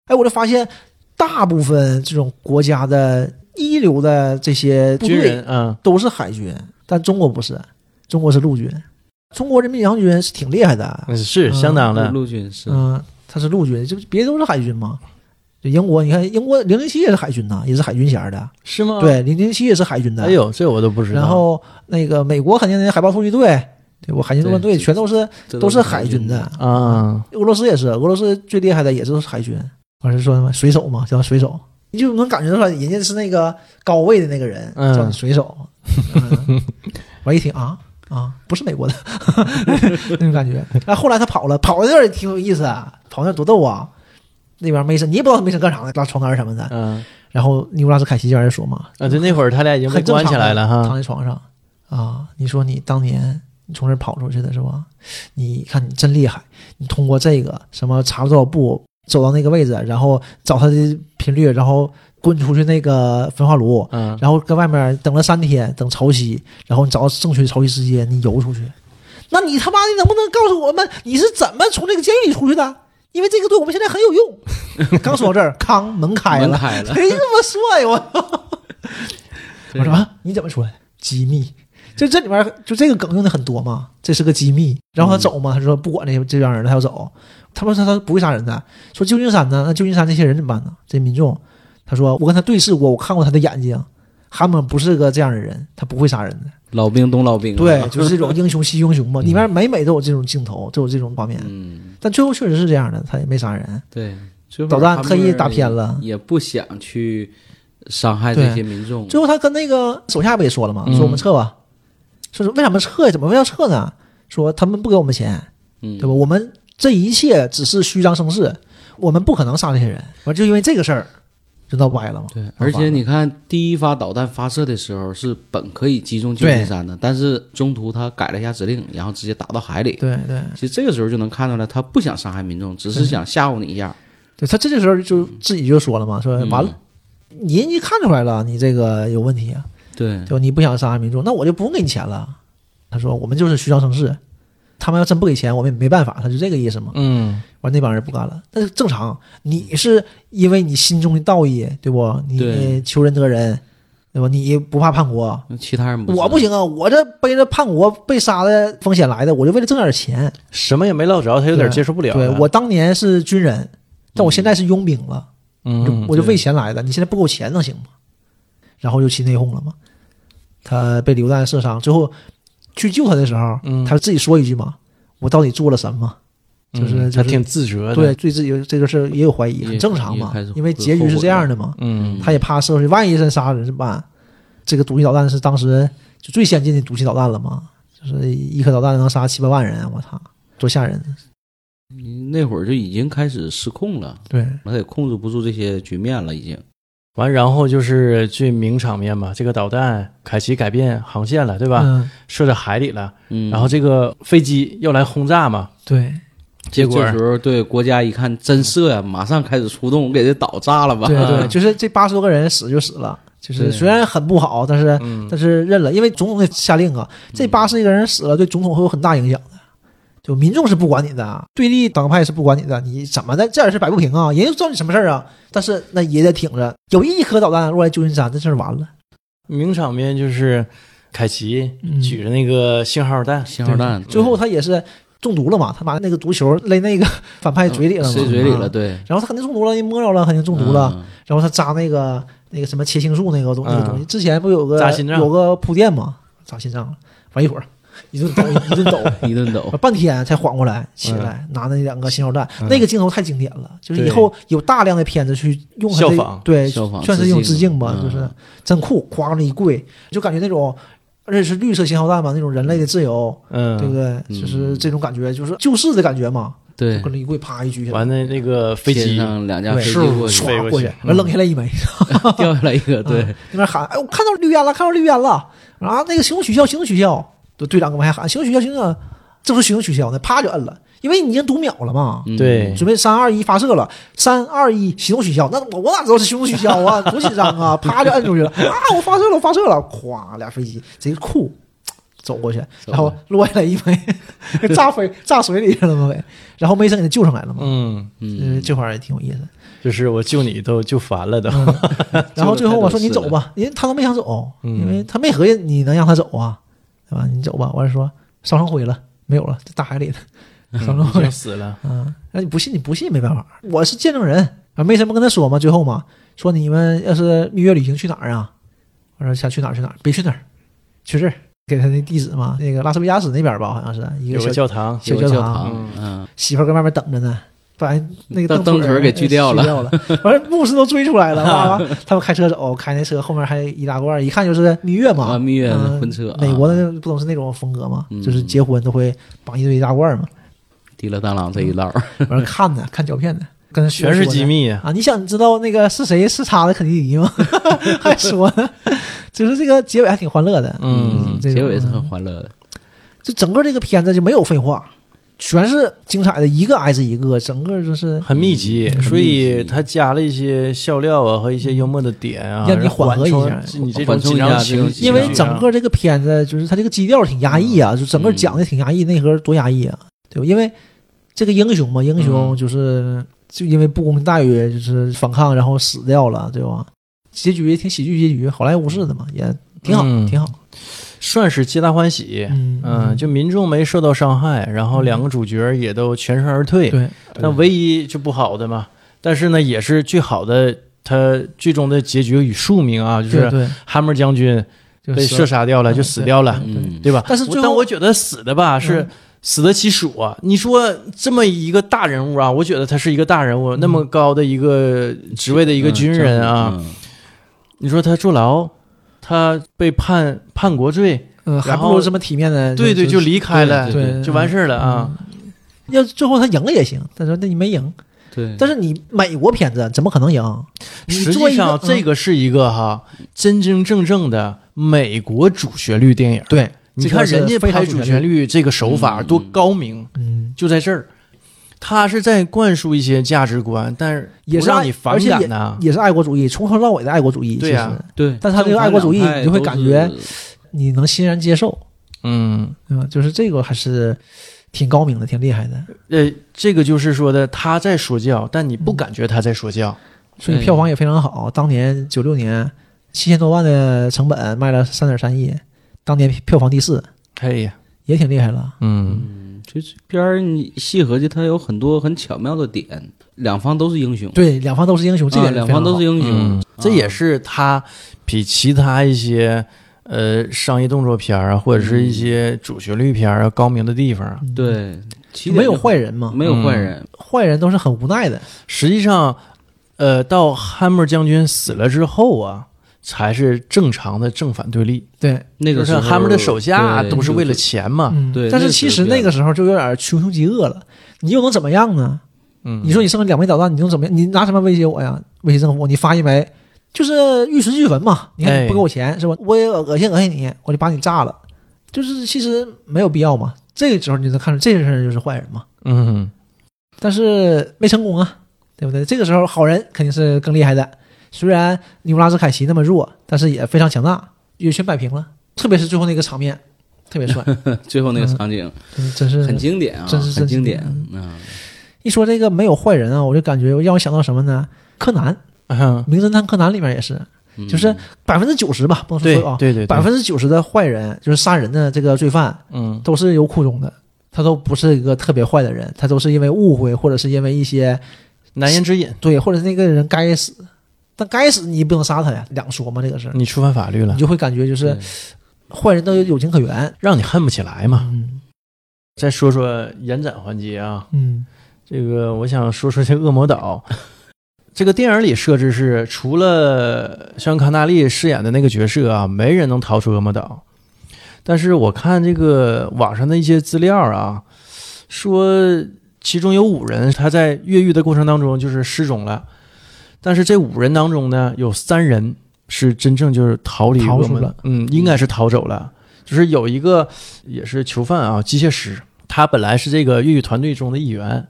[SPEAKER 3] 哎，我就发现大部分这种国家的一流的这些部
[SPEAKER 1] 军
[SPEAKER 3] 队
[SPEAKER 1] 人啊，
[SPEAKER 3] 都是海军，但中国不是，中国是陆军。中国人民解放军是挺厉害的，
[SPEAKER 1] 嗯是相当的。
[SPEAKER 2] 陆军是
[SPEAKER 3] 嗯、他是陆军，这别的都是海军嘛。就英国，你看英国零零七也是海军呐，也是海军衔儿的。
[SPEAKER 1] 是吗？，
[SPEAKER 3] 对，零零七也是海军的。
[SPEAKER 1] 哎呦，这我都不知道。
[SPEAKER 3] 然后那个美国肯定那海豹突击队，对我海军陆战队
[SPEAKER 2] 对
[SPEAKER 3] 全都是
[SPEAKER 2] 这
[SPEAKER 3] 都
[SPEAKER 2] 都
[SPEAKER 3] 是海军的。
[SPEAKER 1] 啊，
[SPEAKER 3] 俄罗斯也是，俄罗斯最厉害的也是海军。我是说什么水手嘛，叫水手，你就能感觉出来人家是那个高位的那个人，
[SPEAKER 1] 嗯
[SPEAKER 3] 叫你 水手。嗯我一听啊啊，不是美国的 那种感觉。然后后来他跑了，跑到那儿也挺有意思啊，跑那儿多逗啊。那边梅森，你也不知道他梅森干啥的，拉床单什么的。
[SPEAKER 1] 嗯
[SPEAKER 3] 然后尼古拉斯凯奇这边就说嘛，
[SPEAKER 1] 啊，对，那会儿他俩已经被
[SPEAKER 3] 很正
[SPEAKER 1] 关
[SPEAKER 3] 常
[SPEAKER 1] 起来了哈。
[SPEAKER 3] 躺在床上啊。你说你当年你从这儿跑出去的是吧？你看你真厉害，你通过这个什么查了多少步，走到那个位置，然后找他的频率，然后滚出去那个焚化炉，
[SPEAKER 1] 嗯，
[SPEAKER 3] 然后跟外面等了三天，等潮汐，然后你找到正确的潮汐时间，你游出去。那你他妈的能不能告诉我们你是怎么从这个监狱里出去的？因为这个对我们现在很有用。 刚说到这儿，康门开
[SPEAKER 2] 门
[SPEAKER 3] 了，
[SPEAKER 2] 开了，
[SPEAKER 3] 谁这么帅我？
[SPEAKER 2] 对
[SPEAKER 3] 我说啊，你怎么出来？机密，就这里面就这个梗用的很多嘛，这是个机密。然
[SPEAKER 2] 嗯
[SPEAKER 3] 后他走嘛，他说不管那这帮人了，他要走。他们说他不会杀人的，说旧金山呢，那旧金山这些人怎么办呢？这民众，他说我跟他对视过，我看过他的眼睛，哈姆不是个这样的人，他不会杀人的。
[SPEAKER 2] 老兵懂老兵，
[SPEAKER 3] 对，就是这种英雄惜英 雄嘛，里面每每都有这种镜头，都有这种画面。
[SPEAKER 2] 嗯，
[SPEAKER 3] 但最后确实是这样的，他也没杀人。
[SPEAKER 2] 对，最后
[SPEAKER 3] 导弹
[SPEAKER 2] 他们
[SPEAKER 3] 特意打偏了
[SPEAKER 2] 也不想去伤害这
[SPEAKER 3] 对
[SPEAKER 2] 些民众。
[SPEAKER 3] 最后他跟那个手下不也说了吗？
[SPEAKER 1] 嗯
[SPEAKER 3] 说我们撤吧，说是为什么撤？怎么要撤呢？说他们不给我们钱，
[SPEAKER 2] 嗯
[SPEAKER 3] 对吧？，我们这一切只是虚张声势，我们不可能杀这些人。完就因为这个事儿，就闹掰了嘛。
[SPEAKER 2] 对，
[SPEAKER 3] 麻
[SPEAKER 2] 而
[SPEAKER 3] 烦
[SPEAKER 2] 且你看，第一发导弹发射的时候是本可以击中旧金山的，但是中途他改了一下指令，然后直接打到海里。
[SPEAKER 3] 对对
[SPEAKER 2] 其实这个时候就能看出来，他不想伤害民众，只是想吓唬你一下。
[SPEAKER 3] 对，他这个时候就自己就说了嘛，说
[SPEAKER 2] 嗯
[SPEAKER 3] 呃完了，你人家看出来了，你这个有问题啊，
[SPEAKER 2] 对，
[SPEAKER 3] 就你不想杀害民众，那我就不用给你钱了。他说我们就是虚张声势，他们要真不给钱，我们也没办法，他就这个意思嘛。
[SPEAKER 1] 嗯，
[SPEAKER 3] 完那帮人不干了，那是正常。你是因为你心中的道义，对不？你
[SPEAKER 2] 对
[SPEAKER 3] 求仁得仁，对吧？你不怕叛国，
[SPEAKER 2] 那其他人不
[SPEAKER 3] 我不
[SPEAKER 2] 行，
[SPEAKER 3] 行啊！我这背着叛国被杀的风险来的，我就为了挣点钱。
[SPEAKER 1] 什么也没落着，他有点接受不了
[SPEAKER 3] 对
[SPEAKER 1] 了。
[SPEAKER 3] 我当年是军人，但我现在是佣兵了，我
[SPEAKER 1] 嗯
[SPEAKER 3] 就，我就
[SPEAKER 2] 对
[SPEAKER 3] 为钱来的。你现在不给我钱能行吗？然后就起内讧了嘛。他被流弹射伤，最后去救他的时候，
[SPEAKER 1] 嗯
[SPEAKER 3] 他自己说一句嘛：“我到底做了什么？”就是
[SPEAKER 1] 嗯他
[SPEAKER 3] 就是
[SPEAKER 1] 挺自责的。
[SPEAKER 3] 对，，对自己有这个事儿也有怀疑，
[SPEAKER 2] 也
[SPEAKER 3] 很正常
[SPEAKER 2] 也
[SPEAKER 3] 嘛
[SPEAKER 2] 开始，
[SPEAKER 3] 因为
[SPEAKER 2] 会
[SPEAKER 3] 结局
[SPEAKER 2] 后
[SPEAKER 3] 是
[SPEAKER 2] 悔
[SPEAKER 3] 这样的嘛，
[SPEAKER 1] 嗯，
[SPEAKER 3] 他也怕社会，万一真杀了人怎么办？这个毒气导弹是当时就最先进的毒气导弹了嘛，就是一颗导弹能杀七八万人，啊我操，多吓人！
[SPEAKER 2] 那会儿就已经开始失控了，
[SPEAKER 3] 对，
[SPEAKER 2] 他也控制不住这些局面了，已经。
[SPEAKER 1] 完，然后就是最名场面嘛，这个导弹凯奇改变航线了，对吧？
[SPEAKER 3] 嗯，
[SPEAKER 1] 射在海里了，
[SPEAKER 2] 嗯，
[SPEAKER 1] 然后这个飞机要来轰炸嘛，
[SPEAKER 3] 对
[SPEAKER 1] 结果
[SPEAKER 2] 这时候对国家一看真射呀，马上开始出动，我给这岛炸了吧。
[SPEAKER 3] 对对，
[SPEAKER 2] 啊
[SPEAKER 3] 就是这八十多个人死就死了。就是
[SPEAKER 2] 对
[SPEAKER 3] 虽然很不好，但是
[SPEAKER 1] 嗯
[SPEAKER 3] 但是认了，因为总统得下令啊，这八十一个人死了，对总统会有很大影响的。就民众是不管你的，啊对立党派是不管你的，你怎么的这点事摆不平啊？人家知道你什么事儿啊？但是那也得挺着，有一颗导弹落在旧金山，这事儿完了。
[SPEAKER 1] 名场面就是凯奇
[SPEAKER 3] 嗯
[SPEAKER 1] 举着那个信号弹，
[SPEAKER 2] 信号弹
[SPEAKER 3] 最后他也是中毒了嘛，他把那个毒球勒那个 反派嘴里了
[SPEAKER 2] 嗯
[SPEAKER 3] 嘛，
[SPEAKER 2] 塞嘴里了，
[SPEAKER 3] 啊。
[SPEAKER 2] 对，
[SPEAKER 3] 然后他肯定中毒了，人摸着了，肯定中毒了。
[SPEAKER 2] 嗯。
[SPEAKER 3] 然后他扎那个那个什么切青素那个东
[SPEAKER 1] 嗯
[SPEAKER 3] 那个东西，之前不有个
[SPEAKER 1] 扎心脏
[SPEAKER 3] 有个铺垫吗？扎心脏了，完一会儿一顿抖一顿抖，
[SPEAKER 2] 嗯一顿 抖，
[SPEAKER 3] 半天才缓过来，起来拿那两个信号弹，那个镜头太经典了，就是以
[SPEAKER 1] 对
[SPEAKER 3] 后有大量的片子去用它
[SPEAKER 1] 效
[SPEAKER 3] 这
[SPEAKER 1] 仿
[SPEAKER 3] 对，
[SPEAKER 2] 效仿
[SPEAKER 3] 算是一种致敬吧，
[SPEAKER 2] 嗯
[SPEAKER 3] 就是真酷，哐那一跪，就感觉那种。而且是绿色信号弹嘛，那种人类的自由，
[SPEAKER 1] 嗯，
[SPEAKER 3] 对不对？
[SPEAKER 2] 嗯
[SPEAKER 3] 就是这种感觉，就是救世的感觉嘛。
[SPEAKER 2] 对
[SPEAKER 3] 就，跟着一跪，啪一举起来，
[SPEAKER 1] 完了那个飞
[SPEAKER 2] 天
[SPEAKER 1] 机，
[SPEAKER 2] 上两架
[SPEAKER 3] 对
[SPEAKER 2] 飞机
[SPEAKER 1] 是
[SPEAKER 2] 过去
[SPEAKER 1] 飞
[SPEAKER 3] 唰
[SPEAKER 1] 过
[SPEAKER 3] 过
[SPEAKER 1] 去
[SPEAKER 3] 去，完扔下来一枚，
[SPEAKER 2] 掉下来一个，对
[SPEAKER 3] 啊，那边喊：“哎，我看到绿烟了，看到绿烟了！”啊，那个行动取消，行动取消！队队长跟我们还喊：“行动取消，行动取消！”这不是行动取消呢，啪就摁了，因为你已经读秒了嘛，
[SPEAKER 2] 嗯
[SPEAKER 1] 对
[SPEAKER 3] 准备三二一发射了，三二一行动取消。那我我哪知道是行动取消啊？多紧张啊！啪就摁出去了啊！我发射了，我发射了！咵，俩飞机贼酷，走过去，然后落下来一枚， 炸飞炸水里去了嘛呗。然后梅森给他救上来了嘛。
[SPEAKER 1] 嗯，
[SPEAKER 3] 嗯，
[SPEAKER 2] 嗯，
[SPEAKER 3] 这块儿也挺有意思。
[SPEAKER 1] 就是我救你都救烦了都，
[SPEAKER 3] 然后最后我说
[SPEAKER 2] 就
[SPEAKER 3] 你
[SPEAKER 2] 是太
[SPEAKER 3] 走
[SPEAKER 2] 多
[SPEAKER 3] 吧，因为他都没想走，
[SPEAKER 1] 嗯
[SPEAKER 3] 因为他没合计你能让他走啊，对吧？你走吧，完了说烧成灰了，没有了，这大海里的 烧成
[SPEAKER 1] 已
[SPEAKER 3] 灰了
[SPEAKER 1] 经死了，
[SPEAKER 3] 啊。那你不信，你不信没办法，我是见证人啊。没什么跟他说嘛，最后嘛，说你们要是蜜月旅行去哪儿啊？我说想去哪儿去哪儿，别去哪儿，去这儿，给他那地址嘛，那个拉斯维加斯那边吧，好像是一
[SPEAKER 1] 有个
[SPEAKER 3] 小
[SPEAKER 1] 教堂，
[SPEAKER 3] 小
[SPEAKER 2] 有个
[SPEAKER 3] 教
[SPEAKER 2] 教
[SPEAKER 3] 堂
[SPEAKER 2] 堂，嗯，
[SPEAKER 3] 媳妇儿跟外面等着呢，把那个
[SPEAKER 2] 灯
[SPEAKER 3] 灯
[SPEAKER 2] 灯腿儿给锯掉了
[SPEAKER 3] 了，锯掉了。完了，牧师都追出来了， 哇哇！他们开车走，开那车后面还一大罐儿，一看就是蜜月嘛，
[SPEAKER 2] 啊蜜月
[SPEAKER 3] 嗯
[SPEAKER 2] 婚车啊
[SPEAKER 3] 美国的不都是那种风格嘛，
[SPEAKER 2] 嗯
[SPEAKER 3] 就是结婚都会绑一堆一大罐儿嘛。
[SPEAKER 2] 提了当啷这一道，
[SPEAKER 3] 完了看呢，看胶片呢，跟他
[SPEAKER 1] 全是机
[SPEAKER 3] 密
[SPEAKER 1] 密，
[SPEAKER 3] 啊！你想知道那个是谁是他的肯尼迪吗？ 还说呢，就是这个结尾还挺欢乐的，
[SPEAKER 1] 嗯，
[SPEAKER 3] 这种
[SPEAKER 2] 结尾是很欢乐的，
[SPEAKER 3] 就整个这个片子就没有废话，全是精彩的，一个挨着一个，整个就是
[SPEAKER 1] 很密集，
[SPEAKER 2] 嗯
[SPEAKER 1] 所以他加了一些笑料啊和一些幽默的点啊，
[SPEAKER 3] 让嗯你缓和一下
[SPEAKER 1] 然后冲你这种
[SPEAKER 2] 缓冲
[SPEAKER 1] 紧
[SPEAKER 2] 一下
[SPEAKER 1] 张
[SPEAKER 2] 这
[SPEAKER 1] 情
[SPEAKER 2] 种
[SPEAKER 1] 绪，啊
[SPEAKER 3] 因为整个这个片子就是它这个基调挺压抑啊，就
[SPEAKER 1] 嗯
[SPEAKER 3] 整个讲的挺压抑，内核多压抑啊，对吧？因为这个英雄嘛，英雄
[SPEAKER 1] 嗯
[SPEAKER 3] 就是、就因为不公待遇就是反抗，然后死掉了，对吧？结局也挺喜剧结局，好莱坞式的嘛，也挺好，
[SPEAKER 1] 嗯
[SPEAKER 3] 挺好。
[SPEAKER 1] 算是皆大欢喜，
[SPEAKER 3] 嗯
[SPEAKER 1] 嗯，就民众没受到伤害，然后两个主角也都全身而退。
[SPEAKER 3] 对，
[SPEAKER 1] 那唯一就不好的嘛，但是呢，也是最好的，他最终的结局与宿命啊，就
[SPEAKER 3] 对
[SPEAKER 1] 是
[SPEAKER 3] 对，
[SPEAKER 1] 哈默将军
[SPEAKER 3] 就
[SPEAKER 1] 被
[SPEAKER 3] 是
[SPEAKER 1] 射杀掉了，
[SPEAKER 3] 嗯
[SPEAKER 1] 就死掉了，
[SPEAKER 3] 对
[SPEAKER 2] 嗯，
[SPEAKER 1] 对吧？
[SPEAKER 3] 但是最后
[SPEAKER 1] 但我觉得死的吧
[SPEAKER 3] 嗯
[SPEAKER 1] 是死得其数啊！你说这么一个大人物啊，我觉得他是一个大人物，那
[SPEAKER 3] 嗯
[SPEAKER 1] 么高的一个职位的一个军人啊，
[SPEAKER 2] 嗯，
[SPEAKER 1] 你说他坐牢，他被判叛国罪，
[SPEAKER 3] 嗯，还
[SPEAKER 1] 然
[SPEAKER 3] 不如
[SPEAKER 1] 后
[SPEAKER 3] 这么体面的，
[SPEAKER 1] 对对，
[SPEAKER 3] 就
[SPEAKER 1] 就离开了，
[SPEAKER 2] 对
[SPEAKER 3] 对
[SPEAKER 1] 就完事儿了啊。
[SPEAKER 3] 嗯要是最后他赢了也行，但是那你没赢，
[SPEAKER 2] 对，
[SPEAKER 3] 但是你美国片子怎么可能赢？你
[SPEAKER 1] 实
[SPEAKER 3] 做
[SPEAKER 1] 际
[SPEAKER 3] 一
[SPEAKER 1] 上，
[SPEAKER 3] 个嗯
[SPEAKER 1] 这个是一个哈真真正正的美国主旋律电影。
[SPEAKER 3] 对，
[SPEAKER 1] 你
[SPEAKER 3] 这
[SPEAKER 1] 看
[SPEAKER 3] 个是
[SPEAKER 1] 人家
[SPEAKER 3] 非常
[SPEAKER 1] 拍
[SPEAKER 3] 主
[SPEAKER 1] 主
[SPEAKER 3] 旋
[SPEAKER 1] 旋
[SPEAKER 3] 律，
[SPEAKER 1] 律这个手法
[SPEAKER 2] 嗯
[SPEAKER 1] 多高明，
[SPEAKER 3] 嗯，
[SPEAKER 1] 就在这儿，他是在灌输一些价值观，但是
[SPEAKER 3] 也
[SPEAKER 1] 不
[SPEAKER 3] 是
[SPEAKER 1] 让
[SPEAKER 3] 爱
[SPEAKER 1] 你
[SPEAKER 3] 而
[SPEAKER 1] 反
[SPEAKER 3] 且
[SPEAKER 1] 感呐。
[SPEAKER 3] 也是爱国主义，从头到尾的爱国主义。
[SPEAKER 1] 对
[SPEAKER 3] 呀
[SPEAKER 1] 呀、
[SPEAKER 2] 对，
[SPEAKER 3] 但是他这个爱国主义
[SPEAKER 2] 正反两派
[SPEAKER 3] 你就会感觉
[SPEAKER 2] 都是
[SPEAKER 3] 你能欣然接受，
[SPEAKER 1] 嗯，
[SPEAKER 3] 对吧？就是这个还是挺高明的，挺厉害的，
[SPEAKER 1] 呃，这个就是说的他在说教，但你不
[SPEAKER 3] 嗯
[SPEAKER 1] 感觉他在说教。
[SPEAKER 3] 所以
[SPEAKER 2] 哎
[SPEAKER 3] 票房也非常好。当年九六年七千多万的成本卖了三点三亿，当年票房第四，
[SPEAKER 1] 可以，
[SPEAKER 3] 也挺厉害了。
[SPEAKER 1] 嗯，
[SPEAKER 2] 就这片儿你细合计，它有很多很巧妙的点，两方都是英雄，
[SPEAKER 3] 对，两方都是英雄，这
[SPEAKER 2] 啊
[SPEAKER 3] 点
[SPEAKER 2] 两方都是
[SPEAKER 3] 英
[SPEAKER 2] 英雄
[SPEAKER 1] 嗯，这也
[SPEAKER 2] 啊
[SPEAKER 1] 是他比其他一些呃商业动作片儿啊，或者是
[SPEAKER 2] 嗯
[SPEAKER 1] 一些主旋律片儿啊高明的地方啊。
[SPEAKER 2] 对，起点
[SPEAKER 3] 嗯没有
[SPEAKER 2] 就
[SPEAKER 3] 坏人嘛，
[SPEAKER 2] 没有
[SPEAKER 1] 嗯
[SPEAKER 2] 坏人，
[SPEAKER 3] 坏人都是很无奈的。
[SPEAKER 1] 实际上，呃，到汉默将军死了之后啊，才是正常的正反对立。
[SPEAKER 3] 对，
[SPEAKER 2] 那个
[SPEAKER 1] 就是
[SPEAKER 2] 时候
[SPEAKER 1] 汉默的手下
[SPEAKER 2] 对
[SPEAKER 1] 都是为了
[SPEAKER 2] 就
[SPEAKER 1] 钱嘛。
[SPEAKER 3] 嗯
[SPEAKER 2] 对
[SPEAKER 3] 但
[SPEAKER 2] 那
[SPEAKER 3] 是
[SPEAKER 2] 个
[SPEAKER 3] 其
[SPEAKER 2] 时
[SPEAKER 3] 实
[SPEAKER 2] 候
[SPEAKER 3] 那个时候就有点穷凶极恶了，你又能怎么样呢？
[SPEAKER 1] 嗯，
[SPEAKER 3] 你说你剩两枚导弹，你能怎么样？你拿什么威胁我呀？威胁政府？你发一枚，就是玉石俱焚嘛。你看你
[SPEAKER 1] 哎
[SPEAKER 3] 不给我钱是吧？我也恶心恶心你，我就把你炸了。就是其实没有必要嘛。这个时候你就能看出这些人就是坏人嘛。
[SPEAKER 1] 嗯，
[SPEAKER 3] 但是没成功啊，对不对？这个时候好人肯定是更厉害的。虽然尼古拉斯凯奇那么弱，但是也非常强大，也全摆平了。特别是最后那个场面，特 别帅，
[SPEAKER 2] 最后那个场景
[SPEAKER 3] 真真是
[SPEAKER 2] 很经典啊，
[SPEAKER 3] 真是
[SPEAKER 2] 很经
[SPEAKER 3] 真
[SPEAKER 2] 典
[SPEAKER 3] 是
[SPEAKER 2] 啊，
[SPEAKER 3] 一说这个没有坏人啊，我就感觉让我想到什么呢？柯南，《
[SPEAKER 1] 嗯
[SPEAKER 3] 名侦探柯南》里面也是
[SPEAKER 2] 嗯
[SPEAKER 3] 就是百分之九十吧，不能说
[SPEAKER 1] 对
[SPEAKER 3] 所有啊，
[SPEAKER 1] 对对，
[SPEAKER 3] 百分之九十的坏人就是杀人的这个罪犯
[SPEAKER 1] 嗯
[SPEAKER 3] 都是有苦衷的，他都不是一个特别坏的人，他都是因为误会或者是因为一些
[SPEAKER 1] 难言之隐，
[SPEAKER 3] 对，或者是那个人该死，但该死你也不能杀他呀，两说嘛这个事儿，
[SPEAKER 1] 你触犯法律了
[SPEAKER 3] 你，就会感觉就是坏人都有有情可原，
[SPEAKER 1] 让你恨不起来嘛。
[SPEAKER 3] 嗯
[SPEAKER 1] 再说说延展环节啊，
[SPEAKER 3] 嗯
[SPEAKER 1] 这个我想说说这《恶魔岛》这个电影里设置是，除了像康纳利饰演的那个角色啊，没人能逃出恶魔岛。但是我看这个网上的一些资料啊，说其中有五人他在越狱的过程当中就是失踪了，但是这五人当中呢，有三人是真正就是逃离
[SPEAKER 3] 逃出
[SPEAKER 1] 恶魔岛
[SPEAKER 3] 了，
[SPEAKER 1] 嗯，应该是逃走了。就是有一个也是囚犯啊，机械师，他本来是这个越狱团队中的一员，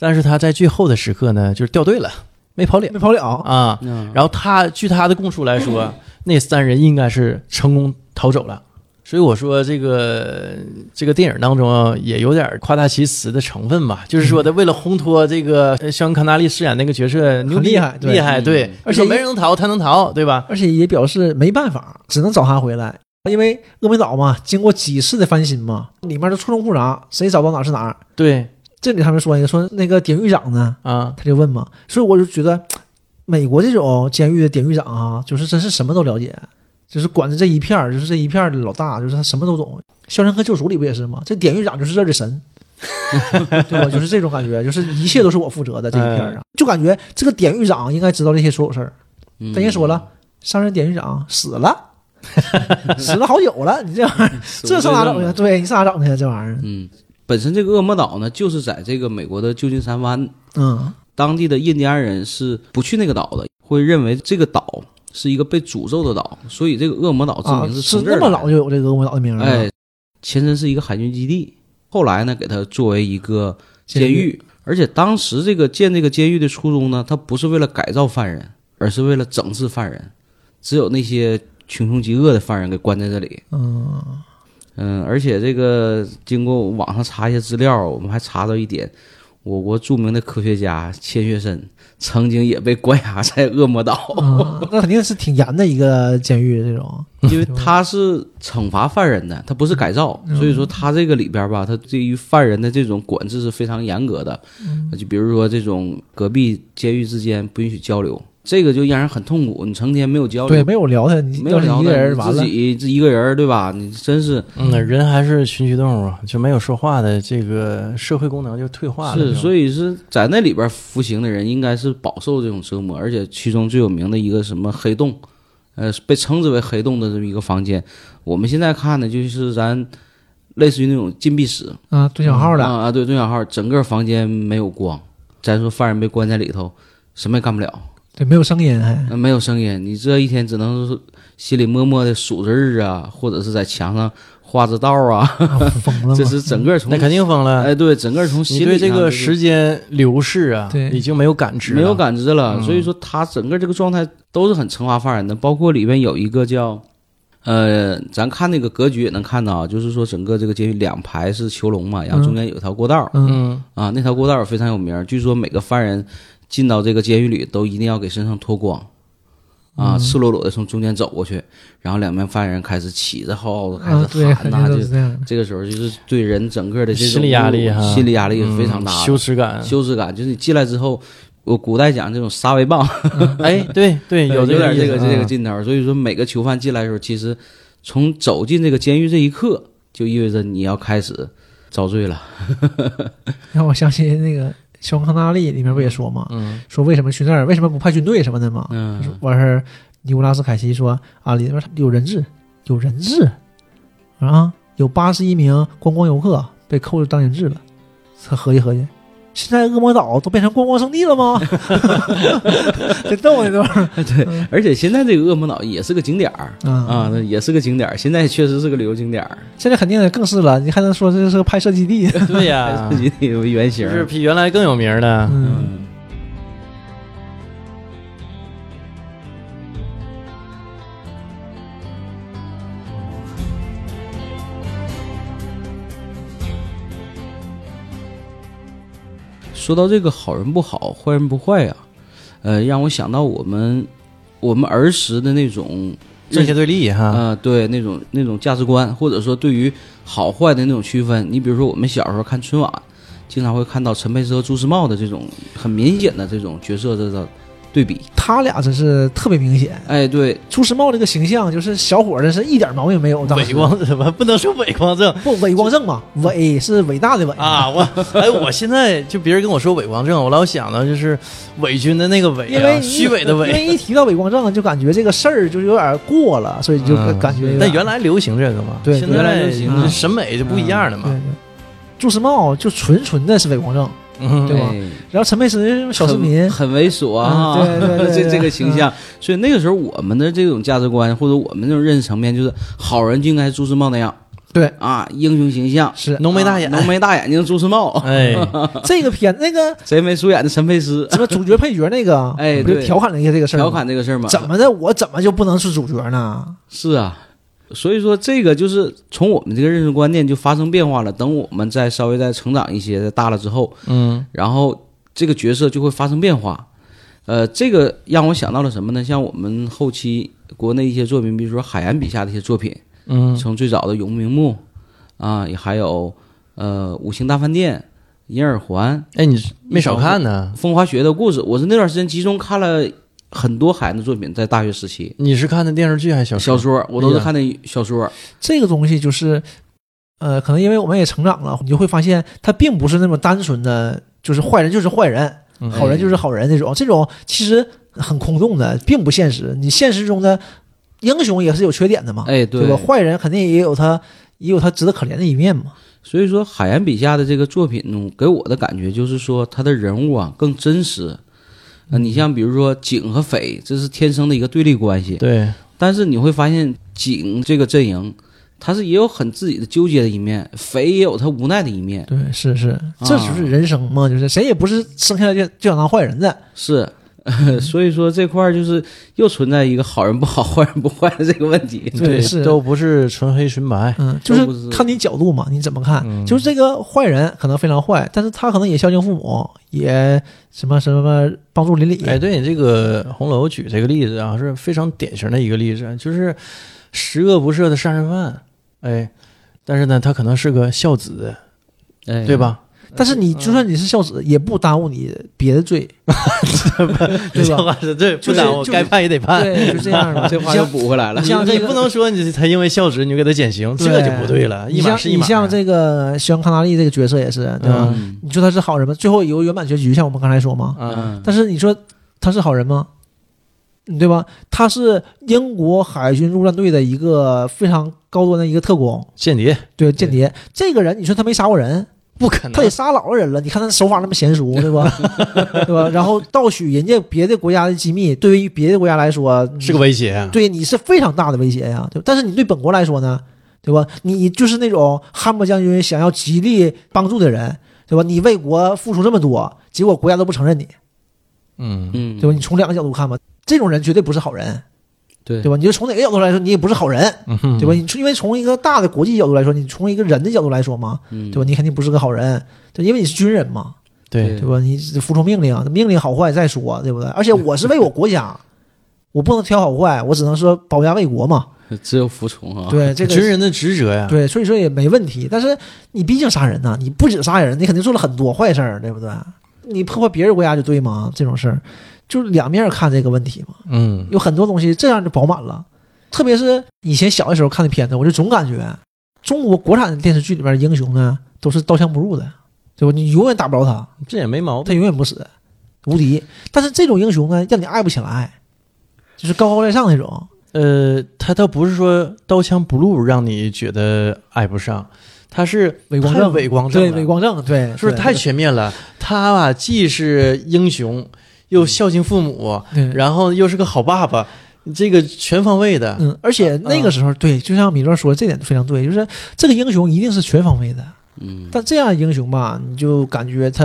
[SPEAKER 1] 但是他在最后的时刻呢，就是掉队了，没跑了
[SPEAKER 3] 没跑了，嗯
[SPEAKER 1] 啊。
[SPEAKER 2] 嗯
[SPEAKER 1] 然后他据他的供述来说，那三人应该是成功逃走了。所以我说这个这个电影当中啊也有点夸大其词的成分吧，就是
[SPEAKER 3] 嗯
[SPEAKER 1] 说的为了烘托这个呃像康纳利饰演那个角色牛逼
[SPEAKER 3] 厉害对
[SPEAKER 1] 厉害，
[SPEAKER 2] 嗯
[SPEAKER 1] 对，
[SPEAKER 3] 而且
[SPEAKER 1] 你说没人能逃，他能逃，对吧？
[SPEAKER 3] 而且也表示没办法，只能找他回来。因为峨眉岛嘛，经过几次的翻新嘛，里面都错综复杂，谁找到哪儿是哪儿。
[SPEAKER 1] 对
[SPEAKER 3] 这里他们说一个说那个典狱长呢，
[SPEAKER 1] 啊，
[SPEAKER 3] 他就问嘛，所以我就觉得美国这种监狱的典狱长啊，就是真是什么都了解，就是管着这一片儿，就是这一片儿的老大，就是他什么都懂。《肖申克救赎》里不也是吗？这典狱长就是这儿的神， 对吧？就是这种感觉，就是一切都是我负责的这一片儿啊，就感觉这个典狱长应该知道这些所有事儿。
[SPEAKER 2] 嗯
[SPEAKER 3] 咱也说了，上任典狱长死 了，死了好久了，你这玩意儿，这上哪整去？对你上哪整去？这玩意儿，
[SPEAKER 2] 嗯，本身这个恶魔岛呢，就是在这个美国的旧金山湾，
[SPEAKER 3] 嗯
[SPEAKER 2] 当地的印第安人是不去那个岛的，会认为这个岛是一个被诅咒的岛，所以这个恶魔岛之
[SPEAKER 3] 啊，
[SPEAKER 2] 名
[SPEAKER 3] 是
[SPEAKER 2] 从哦这
[SPEAKER 3] 那
[SPEAKER 2] 儿
[SPEAKER 3] 么
[SPEAKER 2] 来的
[SPEAKER 3] 老就有这个恶魔岛的名儿了。啊
[SPEAKER 2] 哎，前身是一个海军基地，后来呢，给它作为一个监狱。而且当时这个建这个监狱的初衷呢，它不是为了改造犯人，而是为了整治犯人。只有那些穷凶极恶的犯人给关在这里。
[SPEAKER 3] 嗯，
[SPEAKER 2] 嗯，而且这个经过网上查一些资料，我们还查到一点，我国著名的科学家钱学森曾经也被关押在恶魔岛。
[SPEAKER 3] 啊那肯定是挺严的一个监狱，这种
[SPEAKER 2] 因为他是惩罚犯人的，他不是改造，
[SPEAKER 3] 嗯
[SPEAKER 2] 所以说他这个里边吧，他对于犯人的这种管
[SPEAKER 3] 嗯
[SPEAKER 2] 制是非常严格的。就比如说这种隔壁监狱之间不允许交流，这个就让人很痛苦。你成天没有交
[SPEAKER 3] 对，
[SPEAKER 2] 流，
[SPEAKER 3] 没有聊他，你
[SPEAKER 2] 哦没有
[SPEAKER 3] 要是
[SPEAKER 2] 聊
[SPEAKER 3] 一个
[SPEAKER 2] 的，
[SPEAKER 3] 人
[SPEAKER 2] 你
[SPEAKER 3] 完
[SPEAKER 2] 自
[SPEAKER 3] 了，
[SPEAKER 2] 己自己一个人儿，对吧？你真是
[SPEAKER 1] 嗯，人还是群居动物啊，就没有说话的这个社会功能就退化了。
[SPEAKER 2] 是，所
[SPEAKER 1] 以
[SPEAKER 2] 以是在那里边服刑的人应该是饱受这种折磨，而且其中最有名的一个什么黑洞，呃，被称之为黑洞的这么一个房间，我们现在看的就是咱类似于那种禁闭室，
[SPEAKER 3] 啊，蹲小号
[SPEAKER 2] 啊
[SPEAKER 3] 的，
[SPEAKER 2] 啊，对，蹲小号，整个房间没有光，咱说犯人被关在里头，什么也干不了，
[SPEAKER 3] 对，没有声音哎 还。
[SPEAKER 2] 呃没有声音，你这一天只能是心里默默的数着日啊，或者是在墙上画着道啊，
[SPEAKER 3] 啊疯了吗？
[SPEAKER 2] 这是整个从
[SPEAKER 1] 那肯定疯了。
[SPEAKER 2] 哎，对，整个从心
[SPEAKER 1] 你
[SPEAKER 2] 理
[SPEAKER 1] 对这
[SPEAKER 2] 上
[SPEAKER 1] 个
[SPEAKER 2] 就是
[SPEAKER 1] 时间流逝啊，
[SPEAKER 3] 对
[SPEAKER 1] 已经没有感知了，
[SPEAKER 2] 没有感知了，
[SPEAKER 1] 嗯
[SPEAKER 2] 所以说他整个这个状态都是很惩罚犯人的，包括里边有一个叫，呃，咱看那个格局也能看到，啊就是说整个这个监狱两排是囚笼嘛，然后中间有一条过道、
[SPEAKER 3] 嗯，
[SPEAKER 1] 嗯，
[SPEAKER 2] 啊，那条过道非常有名，据说每个犯人进到这个监狱里都一定要给身上脱光。
[SPEAKER 1] 嗯
[SPEAKER 2] 啊，赤裸裸的从中间走过去，然后两边犯人开始起着号子，开
[SPEAKER 3] 啊，
[SPEAKER 2] 始
[SPEAKER 3] 对，
[SPEAKER 2] 喊
[SPEAKER 3] 肯
[SPEAKER 2] 呐、
[SPEAKER 3] 定
[SPEAKER 2] 就
[SPEAKER 3] 都是这样的。
[SPEAKER 2] 这个时候就是对人整个的这种
[SPEAKER 1] 心理压力哈，
[SPEAKER 2] 心理压力是非常大的
[SPEAKER 1] 嗯，羞耻感。
[SPEAKER 2] 羞耻感，就是你进来之后，我古代讲这种杀 威棒，
[SPEAKER 1] 哎，对对，
[SPEAKER 2] 有
[SPEAKER 1] 这
[SPEAKER 2] 点
[SPEAKER 1] 意思
[SPEAKER 2] 这个这个
[SPEAKER 1] 嗯
[SPEAKER 2] 劲头。所以说，每个囚犯进来的时候，其实从走进这个监狱这一刻，就意味着你要开始遭罪了。
[SPEAKER 3] 让我想起那个《肖康纳利》里面不也说嘛，
[SPEAKER 1] 嗯
[SPEAKER 3] 说为什么去那儿，为什么不派军队什么的嘛？
[SPEAKER 2] 嗯，
[SPEAKER 3] 完事儿，尼古拉斯凯奇说啊，里面有人质，有人质啊，有八十一名观光游客被扣着当人质了。他合计合计，现在恶魔岛都变成观光圣地了吗？ 这逗那段儿
[SPEAKER 2] 而且现在这个恶魔岛也是个景点儿
[SPEAKER 1] 嗯
[SPEAKER 2] 啊，那也是个景点儿。现在确实是个旅游景点儿，
[SPEAKER 3] 现在肯定更是了。你还能说这是个拍摄基地？
[SPEAKER 1] 对呀、
[SPEAKER 2] 自己的原型
[SPEAKER 1] 啊就
[SPEAKER 2] 儿。
[SPEAKER 1] 是比原来更有名儿的。
[SPEAKER 3] 嗯，
[SPEAKER 2] 嗯，说到这个好人不好，坏人不坏呀、呃，让我想到我们我们儿时的那种
[SPEAKER 1] 正邪对立哈，
[SPEAKER 2] 啊、对那种那种价值观，或者说对于好坏的那种区分。你比如说，我们小时候看春晚，经常会看到陈佩斯和朱时茂的这种很明显的这种角色的的对比。
[SPEAKER 3] 他俩真是特别明显。
[SPEAKER 2] 哎，对，
[SPEAKER 3] 朱时茂这个形象，就是小伙子是一点毛病没有，当
[SPEAKER 1] 伪
[SPEAKER 3] 时
[SPEAKER 1] 光 怎么不能说伪光正
[SPEAKER 3] 不伪光正嘛，伪是伟大的伟
[SPEAKER 1] 啊？我哎，我现在就别人跟我说伪光正，我老想到就是伪军的那个伪
[SPEAKER 3] 因为
[SPEAKER 1] 啊，
[SPEAKER 3] 你
[SPEAKER 1] 虚伪的
[SPEAKER 3] 因
[SPEAKER 1] 伪。
[SPEAKER 3] 为一提到伪光正，就感觉这个事儿就有点过了，所以就
[SPEAKER 1] 嗯
[SPEAKER 3] 感觉有点。
[SPEAKER 1] 但原来流行这个嘛，
[SPEAKER 3] 对
[SPEAKER 1] 现
[SPEAKER 3] 原
[SPEAKER 2] 来
[SPEAKER 1] 在
[SPEAKER 2] 流行
[SPEAKER 3] 啊
[SPEAKER 1] 这审美就不一样了
[SPEAKER 3] 对
[SPEAKER 1] 嘛，
[SPEAKER 3] 对，朱时茂就纯纯的是伪光正，
[SPEAKER 1] 嗯
[SPEAKER 3] 对吧
[SPEAKER 2] 哎
[SPEAKER 3] 然后陈佩斯小市民
[SPEAKER 2] 很，很猥琐啊，
[SPEAKER 3] 嗯对对 对嗯
[SPEAKER 2] 这
[SPEAKER 3] 对
[SPEAKER 2] 这个形象。所以那个时候我们的这种价值观或者我们这种认识层面，就是好人就应该是朱时茂那样
[SPEAKER 3] 对，
[SPEAKER 2] 啊，英雄形象，
[SPEAKER 3] 是
[SPEAKER 1] 浓眉大眼
[SPEAKER 2] 啊，浓眉大眼睛的朱时茂，
[SPEAKER 3] 嗯
[SPEAKER 1] 哎，
[SPEAKER 3] 这个片那个
[SPEAKER 2] 贼眉鼠眼的陈佩斯，
[SPEAKER 3] 什么主角配角那个，
[SPEAKER 2] 哎
[SPEAKER 3] 不就
[SPEAKER 2] 对
[SPEAKER 3] 调侃了一下这个事儿吗，
[SPEAKER 2] 调侃这个事儿嘛，
[SPEAKER 3] 怎么的，我怎么就不能是主角呢？
[SPEAKER 2] 是啊，所以说这个就是从我们这个认识观念就发生变化了。等我们再稍微再成长一些，再大了之后，
[SPEAKER 1] 嗯
[SPEAKER 2] 然后这个角色就会发生变化。呃，这个让我想到了什么呢？像我们后期国内一些作品，比如说海岩笔下的一些作品，
[SPEAKER 1] 嗯
[SPEAKER 2] 从最早的《永不瞑目》啊，也还有呃《五星大饭店》《银耳环
[SPEAKER 1] 哎，你没少看呢》，
[SPEAKER 2] 《风花雪月的故事》，我是那段时间集中看了很多海岩的作品，在大学时期。
[SPEAKER 1] 你是看的电视剧还
[SPEAKER 3] 嗯
[SPEAKER 1] 是小
[SPEAKER 2] 小
[SPEAKER 1] 说？
[SPEAKER 2] 说，我
[SPEAKER 3] 哎
[SPEAKER 2] 都是看的小
[SPEAKER 3] 啊
[SPEAKER 2] 说。
[SPEAKER 3] 这个东西就是，呃，可能因为我们也成长了，你就会发现他并不是那么单纯的，就是坏人就是坏人，
[SPEAKER 1] 嗯
[SPEAKER 3] 好人就是好人那种，这种其实很空洞的，并不现实。你现实中的英雄也是有缺点的嘛，
[SPEAKER 2] 哎，
[SPEAKER 3] 对吧？坏人肯定也有他也有他值得可怜的一面嘛。
[SPEAKER 2] 所以说，海岩笔下的这个作品呢，给我的感觉就是说，他的人物啊更真实。呃，你像比如说警和匪，这是天生的一个对立关系，
[SPEAKER 1] 对，
[SPEAKER 2] 但是你会发现警这个阵营，他是也有很自己的纠结的一面，匪也有他无奈的一面，
[SPEAKER 3] 对，是是，这就是人生嘛，就是谁也不是生下来就就想当坏人的。
[SPEAKER 2] 是。 所以说这块儿就是又存在一个好人不好，坏人不坏的这个问题。
[SPEAKER 3] 对是
[SPEAKER 1] 都不是纯黑纯白，
[SPEAKER 3] 嗯，就
[SPEAKER 2] 都不
[SPEAKER 3] 是
[SPEAKER 2] 是
[SPEAKER 3] 看你角度嘛，你怎么看？
[SPEAKER 1] 嗯
[SPEAKER 3] 就是这个坏人可能非常坏，但是他可能也孝敬父母，也什么什么帮助邻里。
[SPEAKER 1] 哎，对你这个《红楼》举这个例子啊，是非常典型的一个例子，就是十恶不赦的杀人犯，哎，但是呢，他可能是个孝子，
[SPEAKER 2] 哎，
[SPEAKER 1] 对？吧？
[SPEAKER 3] 但是你就算你是孝子，也不耽误你别的罪，对
[SPEAKER 1] 这
[SPEAKER 3] 吧？
[SPEAKER 1] 话是对，
[SPEAKER 3] 就
[SPEAKER 1] 不
[SPEAKER 3] 是
[SPEAKER 1] 耽误，
[SPEAKER 3] 就是
[SPEAKER 1] 该判也得判。
[SPEAKER 3] 对，就这样的。
[SPEAKER 2] 这话又补回来了
[SPEAKER 3] 你。
[SPEAKER 1] 你
[SPEAKER 3] 像
[SPEAKER 1] 你
[SPEAKER 3] 这个
[SPEAKER 1] 不能说你他因为孝直你就给他减刑，这就不对了，啊
[SPEAKER 3] 你
[SPEAKER 1] 一码
[SPEAKER 3] 像
[SPEAKER 1] 是一
[SPEAKER 3] 你
[SPEAKER 1] 码。
[SPEAKER 3] 像这个肖恩康纳利这个角色也是，对吧？
[SPEAKER 1] 嗯
[SPEAKER 2] 嗯
[SPEAKER 3] 你说他是好人吗？最后有圆满结局，像我们刚才说嘛。
[SPEAKER 1] 啊，
[SPEAKER 2] 嗯
[SPEAKER 3] 但是你说他是好人吗？嗯对吧？他是英国海军陆战队的一个非常高端的一个特工，
[SPEAKER 1] 间谍
[SPEAKER 3] 对间谍。这个人，你说他没杀过人，
[SPEAKER 1] 不可能，
[SPEAKER 3] 他也杀老实人了。你看他手法那么娴熟，对吧？ 对吧？然后盗取人家别的国家的机密，对于别的国家来说
[SPEAKER 1] 是个威胁啊。
[SPEAKER 3] 对你是非常大的威胁呀，对吧？但是你对本国来说呢，对吧？你就是那种汉默将军想要极力帮助的人，对吧？你为国付出这么多，结果国家都不承认你，
[SPEAKER 1] 嗯，
[SPEAKER 2] 嗯，
[SPEAKER 3] 对吧？你从两个角度看吧，这种人绝对不是好人，
[SPEAKER 2] 嗯对嗯
[SPEAKER 3] 对吧？你就从哪个角度来说，你也不是好人，
[SPEAKER 1] 嗯
[SPEAKER 3] 对吧？你从因为从一个大的国际角度来说，你从一个人的角度来说嘛，
[SPEAKER 2] 嗯
[SPEAKER 3] 对吧？你肯定不是个好人，对，因为你是军人嘛，
[SPEAKER 1] 对，
[SPEAKER 3] 对吧？你服从命令，啊命令好坏再说，对不对？而且我是为我国家，我不能挑好坏，我只能说保家卫国嘛。
[SPEAKER 2] 只有服从啊。
[SPEAKER 3] 对，这个
[SPEAKER 1] 军人的职责呀。
[SPEAKER 3] 对，所以说也没问题。但是你毕竟杀人呐、你不止杀人，你肯定做了很多坏事儿，对不对？你破坏别人国家就对吗？这种事儿就是两面看这个问题嘛。
[SPEAKER 1] 嗯，
[SPEAKER 3] 有很多东西这样就饱满了，特别是以前小的时候看的片子，我就总感觉中国国产的电视剧里边的英雄呢都是刀枪不入的，对吧？你永远打不着他，
[SPEAKER 1] 这也没毛
[SPEAKER 3] 他
[SPEAKER 1] 病。
[SPEAKER 3] 永远不死，无敌。但是这种英雄呢，让你爱不起来，就是高高在上那种。
[SPEAKER 1] 呃，他倒不是说刀枪不入让你觉得爱不上，他是
[SPEAKER 3] 伪光
[SPEAKER 1] 太
[SPEAKER 3] 正
[SPEAKER 1] 伪光正
[SPEAKER 3] 对，
[SPEAKER 1] 了
[SPEAKER 3] 伪光正，对，
[SPEAKER 1] 是不是
[SPEAKER 3] 对
[SPEAKER 1] 太全面了？他吧，既是英雄，又孝敬父母，
[SPEAKER 3] 对
[SPEAKER 1] 然后又是个好爸爸，这个全方位的。
[SPEAKER 3] 嗯，而
[SPEAKER 1] 啊
[SPEAKER 3] 且那个时候，对，就像米勒说，这点非常对，就是这个英雄一定是全方位的。
[SPEAKER 2] 嗯，
[SPEAKER 3] 但这样的英雄吧，你就感觉他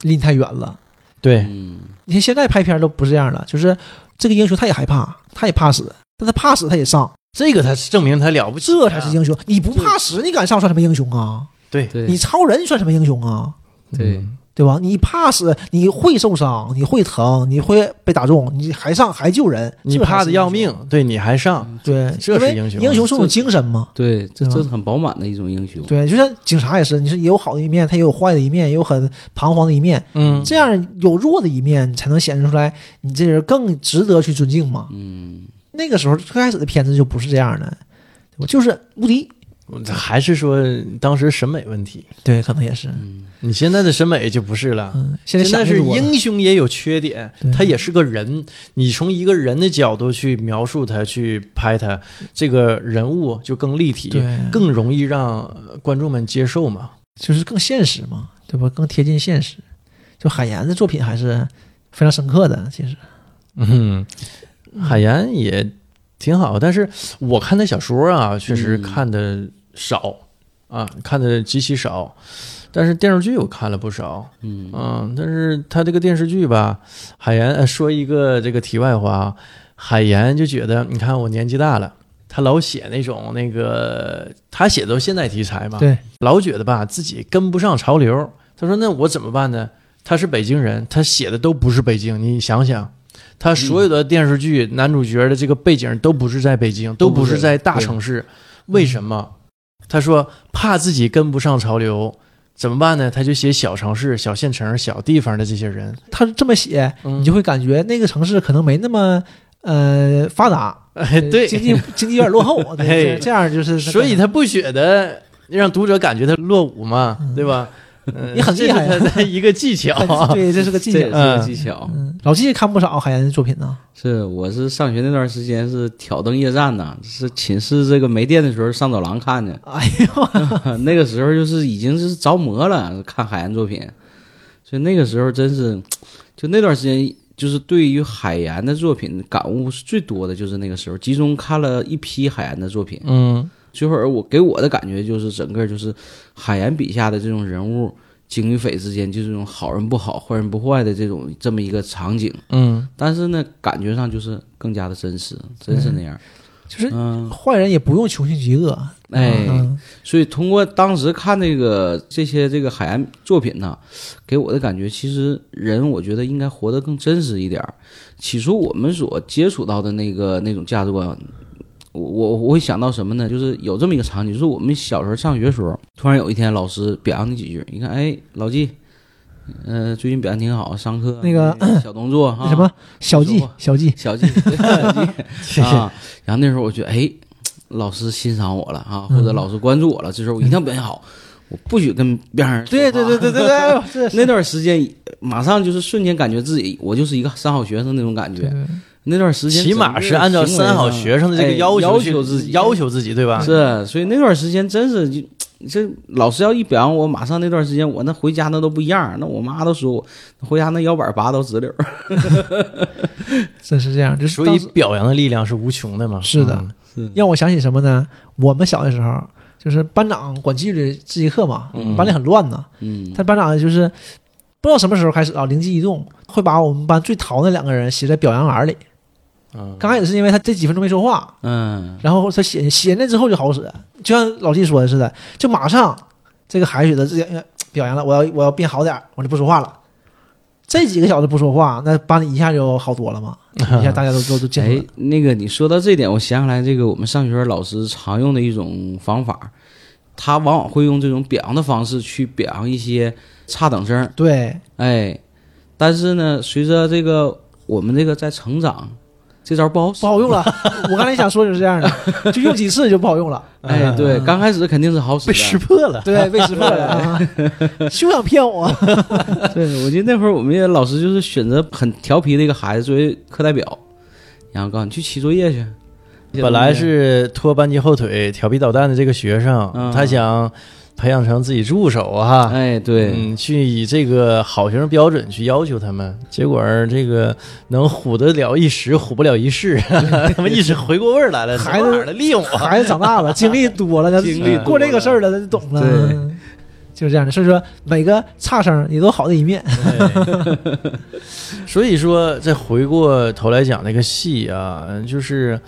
[SPEAKER 3] 离你太远了。
[SPEAKER 1] 对，
[SPEAKER 2] 嗯
[SPEAKER 3] 你看现在拍片都不是这样了，就是这个英雄他也害怕，他也怕死，但他怕死他也上，
[SPEAKER 1] 这个才是证明他了不起啊，
[SPEAKER 3] 这才是英雄。你不怕死，你敢上算什么英雄啊？
[SPEAKER 1] 对
[SPEAKER 2] 对，
[SPEAKER 3] 你超人算什么英雄啊？
[SPEAKER 2] 对
[SPEAKER 1] 嗯
[SPEAKER 3] 对吧？你怕死，你会受伤，你会疼，你会被打中，你还上还救人，
[SPEAKER 1] 你
[SPEAKER 3] 这才是
[SPEAKER 1] 怕的要
[SPEAKER 3] 英雄啊
[SPEAKER 1] 命，对你还上，
[SPEAKER 3] 对，
[SPEAKER 1] 这
[SPEAKER 3] 因
[SPEAKER 1] 是
[SPEAKER 3] 为
[SPEAKER 1] 英雄啊
[SPEAKER 3] 英雄是种
[SPEAKER 2] 这
[SPEAKER 3] 精神嘛。
[SPEAKER 2] 对，这
[SPEAKER 3] 对吧
[SPEAKER 2] 这是很饱满的一种英雄。
[SPEAKER 3] 对，就像警察也是，你是也有好的一面，他也有坏的一面，也有很彷徨的一面。
[SPEAKER 1] 嗯，
[SPEAKER 3] 这样有弱的一面，你才能显示出来你这人更值得去尊敬嘛。
[SPEAKER 2] 嗯，
[SPEAKER 3] 那个时候最开始的片子就不是这样的，我就是无敌。
[SPEAKER 1] 嗯还是说当时审美问题，
[SPEAKER 3] 对，可能也是，
[SPEAKER 1] 你现在的审美就不是了。
[SPEAKER 3] 嗯，现在
[SPEAKER 1] 嗯现
[SPEAKER 3] 想
[SPEAKER 1] 在
[SPEAKER 3] 的
[SPEAKER 1] 是
[SPEAKER 3] 多了
[SPEAKER 1] 英雄也有缺点
[SPEAKER 3] 对，
[SPEAKER 1] 他也是个人。你从一个人的角度去描述他，去拍他，这个人物就更立体，
[SPEAKER 3] 对，
[SPEAKER 1] 更容易让呃观众们接受嘛。
[SPEAKER 3] 就是更现实嘛，对吧？更贴近现实。就海岩的作品还是非常深刻的，其实，
[SPEAKER 1] 嗯，海岩也挺好，但是我看他小说啊，确实
[SPEAKER 2] 嗯
[SPEAKER 1] 看的少、啊，看的极其少。但是电视剧我看了不少，
[SPEAKER 2] 嗯
[SPEAKER 3] 啊
[SPEAKER 1] 嗯，但是他这个电视剧吧，海岩呃说一个这个题外话啊，海岩就觉得，你看我年纪大了，他老写那种那个他写的都现代题材嘛，
[SPEAKER 3] 对，
[SPEAKER 1] 老觉得吧自己跟不上潮流。他说：“那我怎么办呢？”他是北京人，他写的都不是北京。你想想，他所有的电视剧、男主角的这个背景都不是在北京，嗯都不是在大城市。为什么？他说怕自己跟不上潮流，怎么办呢？他就写小城市、小县城、小地方的这些人。
[SPEAKER 3] 他这么写，
[SPEAKER 1] 嗯
[SPEAKER 3] 你就会感觉那个城市可能没那么呃发达，
[SPEAKER 1] 哎对，
[SPEAKER 3] 经济经济有点 落后，对，
[SPEAKER 1] 哎
[SPEAKER 3] 这这样就是，
[SPEAKER 1] 所以他不觉得让读者感觉他落伍嘛，对 吧？嗯
[SPEAKER 3] 你很厉害
[SPEAKER 1] 这
[SPEAKER 3] 呀
[SPEAKER 1] 是他的一个技 巧。
[SPEAKER 3] 啊对，这是个技
[SPEAKER 2] 这也是
[SPEAKER 3] 巧。
[SPEAKER 2] 个
[SPEAKER 1] 嗯
[SPEAKER 2] 技巧。
[SPEAKER 3] 嗯，老季也看不少海岩的作品呢。
[SPEAKER 2] 是，我是上学那段时间是挑灯夜战呐，是寝室这个没电的时候上走廊看的。
[SPEAKER 3] 哎呦，
[SPEAKER 2] 那个时候就是已经是着魔了，看海岩作品，所以那个时候真是，就那段时间，就是对于海岩的作品感悟是最多的，就是那个时候集中看了一批海岩的作品。
[SPEAKER 1] 嗯，
[SPEAKER 2] 最后我给我的感觉就是，整个就是海岩笔下的这种人物。警与匪之间就是这种好人不好、坏人不坏的这种这么一个场景，
[SPEAKER 1] 嗯，
[SPEAKER 2] 但是呢，感觉上就是更加的真实，真是那样。
[SPEAKER 3] 就是
[SPEAKER 2] 嗯，
[SPEAKER 3] 坏人也不用穷凶极恶，
[SPEAKER 2] 哎，
[SPEAKER 3] 嗯，
[SPEAKER 2] 所以通过当时看这个这些这个海岸作品呢，给我的感觉，其实人我觉得应该活得更真实一点儿。起初我们所接触到的那个那种价值观，我我我会想到什么呢？就是有这么一个场景，就是我们小时候上学的时候，突然有一天老师表扬你几句，你看，哎，老纪，呃，最近表现挺好，上课哎
[SPEAKER 3] 那个
[SPEAKER 2] 小动作哈，
[SPEAKER 3] 那 什么小
[SPEAKER 2] 你
[SPEAKER 3] 季
[SPEAKER 2] 啊说吧，
[SPEAKER 3] 小季，
[SPEAKER 2] 小纪，对小纪啊，然后那时候我觉得，哎，老师欣赏我了啊，
[SPEAKER 1] 嗯
[SPEAKER 2] 或者老师关注我了，这时候我一定要表现好，我不许跟别人说
[SPEAKER 3] 对
[SPEAKER 2] 话
[SPEAKER 3] 对对对对对，哎呦是 是
[SPEAKER 2] 那段时间马上就是瞬间感觉自己我就是一个三好学生那种感
[SPEAKER 3] 对
[SPEAKER 2] 觉。
[SPEAKER 3] 对
[SPEAKER 2] 那段时
[SPEAKER 1] 嗯
[SPEAKER 2] 间
[SPEAKER 1] 起码是按照三
[SPEAKER 3] 啊
[SPEAKER 1] 好学生的这个
[SPEAKER 2] 哎要
[SPEAKER 3] 哎
[SPEAKER 1] 要求去
[SPEAKER 2] 求自己
[SPEAKER 1] 要求自己，对吧？
[SPEAKER 2] 是，所以那段时间真是就这老师要一表扬我，马上那段时间我那回家那都不一样，那我妈都说我回家那腰板拔到直溜。
[SPEAKER 3] 真是这样，就是
[SPEAKER 1] 所
[SPEAKER 3] 当
[SPEAKER 1] 以
[SPEAKER 3] 时
[SPEAKER 1] 表扬的力量是无穷的嘛。
[SPEAKER 3] 是的
[SPEAKER 1] 嗯，
[SPEAKER 3] 让我想起什么呢？我们小的时候，就是班长管纪律自习课嘛，
[SPEAKER 1] 嗯
[SPEAKER 3] 班里很乱呢。
[SPEAKER 2] 嗯，
[SPEAKER 3] 他班长就是不知道什么时候开始啊，灵机一动，会把我们班最淘那两个人写在表扬栏里。
[SPEAKER 1] 嗯
[SPEAKER 3] 刚开始是因为他这几分钟没说话，
[SPEAKER 2] 嗯，
[SPEAKER 3] 然后他写写那之后就好使，就像老季说的似的，就马上这个孩子觉得自己呃表扬了，我要我要变好点儿，我就不说话了。这几个小时不说话，那班里一下就好多了嘛，一下大家都都都见
[SPEAKER 2] 啊哎
[SPEAKER 3] 了。，
[SPEAKER 2] 那个你说到这点，我想起来这个我们上学老师常用的一种方法，他往往会用这种表扬的方式去表扬一些差等生，
[SPEAKER 3] 对，
[SPEAKER 2] 哎，但是呢，随着这个我们这个在成长，这招不好使
[SPEAKER 3] 不好用了。我刚才想说就是这样的，就用几次就不好用了。
[SPEAKER 2] 哎，对，刚开始肯定是好使
[SPEAKER 1] 嗯被
[SPEAKER 2] 的，
[SPEAKER 1] 识破了。
[SPEAKER 3] 对，被识破了啊！休想骗我！
[SPEAKER 2] 对，我记得那会儿我们也老师就是选择很调皮的一个孩子作为课代表，然后告诉你去批作业去。
[SPEAKER 1] 本来是拖班级后腿、调皮捣蛋的这个学生，
[SPEAKER 2] 嗯
[SPEAKER 1] 他想培养成自己助手啊，哈，
[SPEAKER 2] 哎，对，
[SPEAKER 1] 嗯，去以这个好学生标准去要求他们，结果儿这个能唬得了一时，唬不了一 世，他们一时回过味儿来了，
[SPEAKER 3] 孩子
[SPEAKER 1] 哪儿的 利用我？
[SPEAKER 3] 孩子长大了，经历多了，他
[SPEAKER 2] 经历多了
[SPEAKER 3] 过这个事儿了，他就懂了。
[SPEAKER 2] 对
[SPEAKER 3] 就是这样的，所以说每个差生也都有好的一面。
[SPEAKER 1] 对所以说，再回过头来讲那个戏啊，就是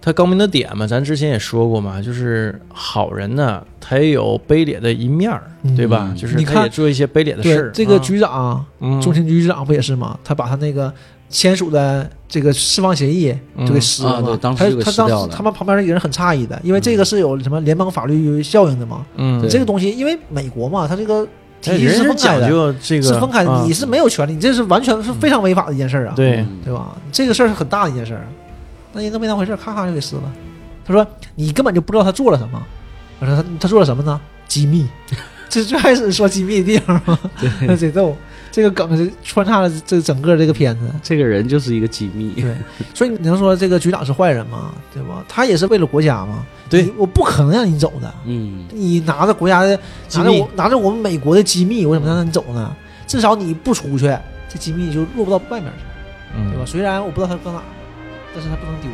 [SPEAKER 1] 他高明的点嘛，咱之前也说过嘛，就是好人呢，他也有卑劣的一面儿，
[SPEAKER 3] 嗯
[SPEAKER 1] 对吧？
[SPEAKER 2] 嗯
[SPEAKER 1] 就是
[SPEAKER 3] 你
[SPEAKER 1] 他
[SPEAKER 3] 看
[SPEAKER 1] 也做一些卑劣的事
[SPEAKER 3] 对
[SPEAKER 1] 儿。，
[SPEAKER 3] 这个
[SPEAKER 1] 啊
[SPEAKER 3] 局长，
[SPEAKER 1] 嗯
[SPEAKER 3] 中情局局长不也是吗？他把他那个签署的这个释放协议就给撕
[SPEAKER 2] 嗯
[SPEAKER 3] 了
[SPEAKER 2] 啊对
[SPEAKER 3] 嘛。
[SPEAKER 2] 当时
[SPEAKER 3] 他
[SPEAKER 2] 就给
[SPEAKER 3] 他
[SPEAKER 2] 撕掉
[SPEAKER 3] 当
[SPEAKER 2] 了嗯
[SPEAKER 3] 时他们旁边的人很诧异的，因为这个是有什么联邦法律效应的嘛。
[SPEAKER 1] 嗯，
[SPEAKER 2] 对
[SPEAKER 3] 这个东西，因为美国嘛，他这个体
[SPEAKER 1] 哎
[SPEAKER 3] 系
[SPEAKER 1] 人
[SPEAKER 3] 是
[SPEAKER 1] 是
[SPEAKER 3] 分开
[SPEAKER 1] 讲
[SPEAKER 3] 的，
[SPEAKER 1] 究这个
[SPEAKER 3] 是分开的，
[SPEAKER 1] 啊
[SPEAKER 3] 你是没有权利，你这是完全是非常违法的一件事儿啊。
[SPEAKER 1] 对
[SPEAKER 2] 嗯
[SPEAKER 3] 对吧？这个事儿是很大的一件事儿，那人都没当回事儿，咔咔就给撕了。他说你根本就不知道他做了什么。我说他他做了什么呢？机密， 这最开始说机密的地方嘛， 那贼逗。这个梗是穿插了这整个这个片子，
[SPEAKER 2] 这个人就是一个机密。
[SPEAKER 3] 对，所以你能说这个局长是坏人吗？对吧？他也是为了国家嘛。
[SPEAKER 1] 对
[SPEAKER 3] 你，我不可能让你走的。
[SPEAKER 2] 嗯，
[SPEAKER 3] 你拿着国家的，
[SPEAKER 1] 机
[SPEAKER 3] 拿着
[SPEAKER 1] 密
[SPEAKER 3] 我拿着我们美国的机密，我怎么让你走呢？至少你不出去，这机密就落不到外面去。
[SPEAKER 1] 嗯
[SPEAKER 3] 对吧？虽然我不知道他搁哪儿，但是他不能丢。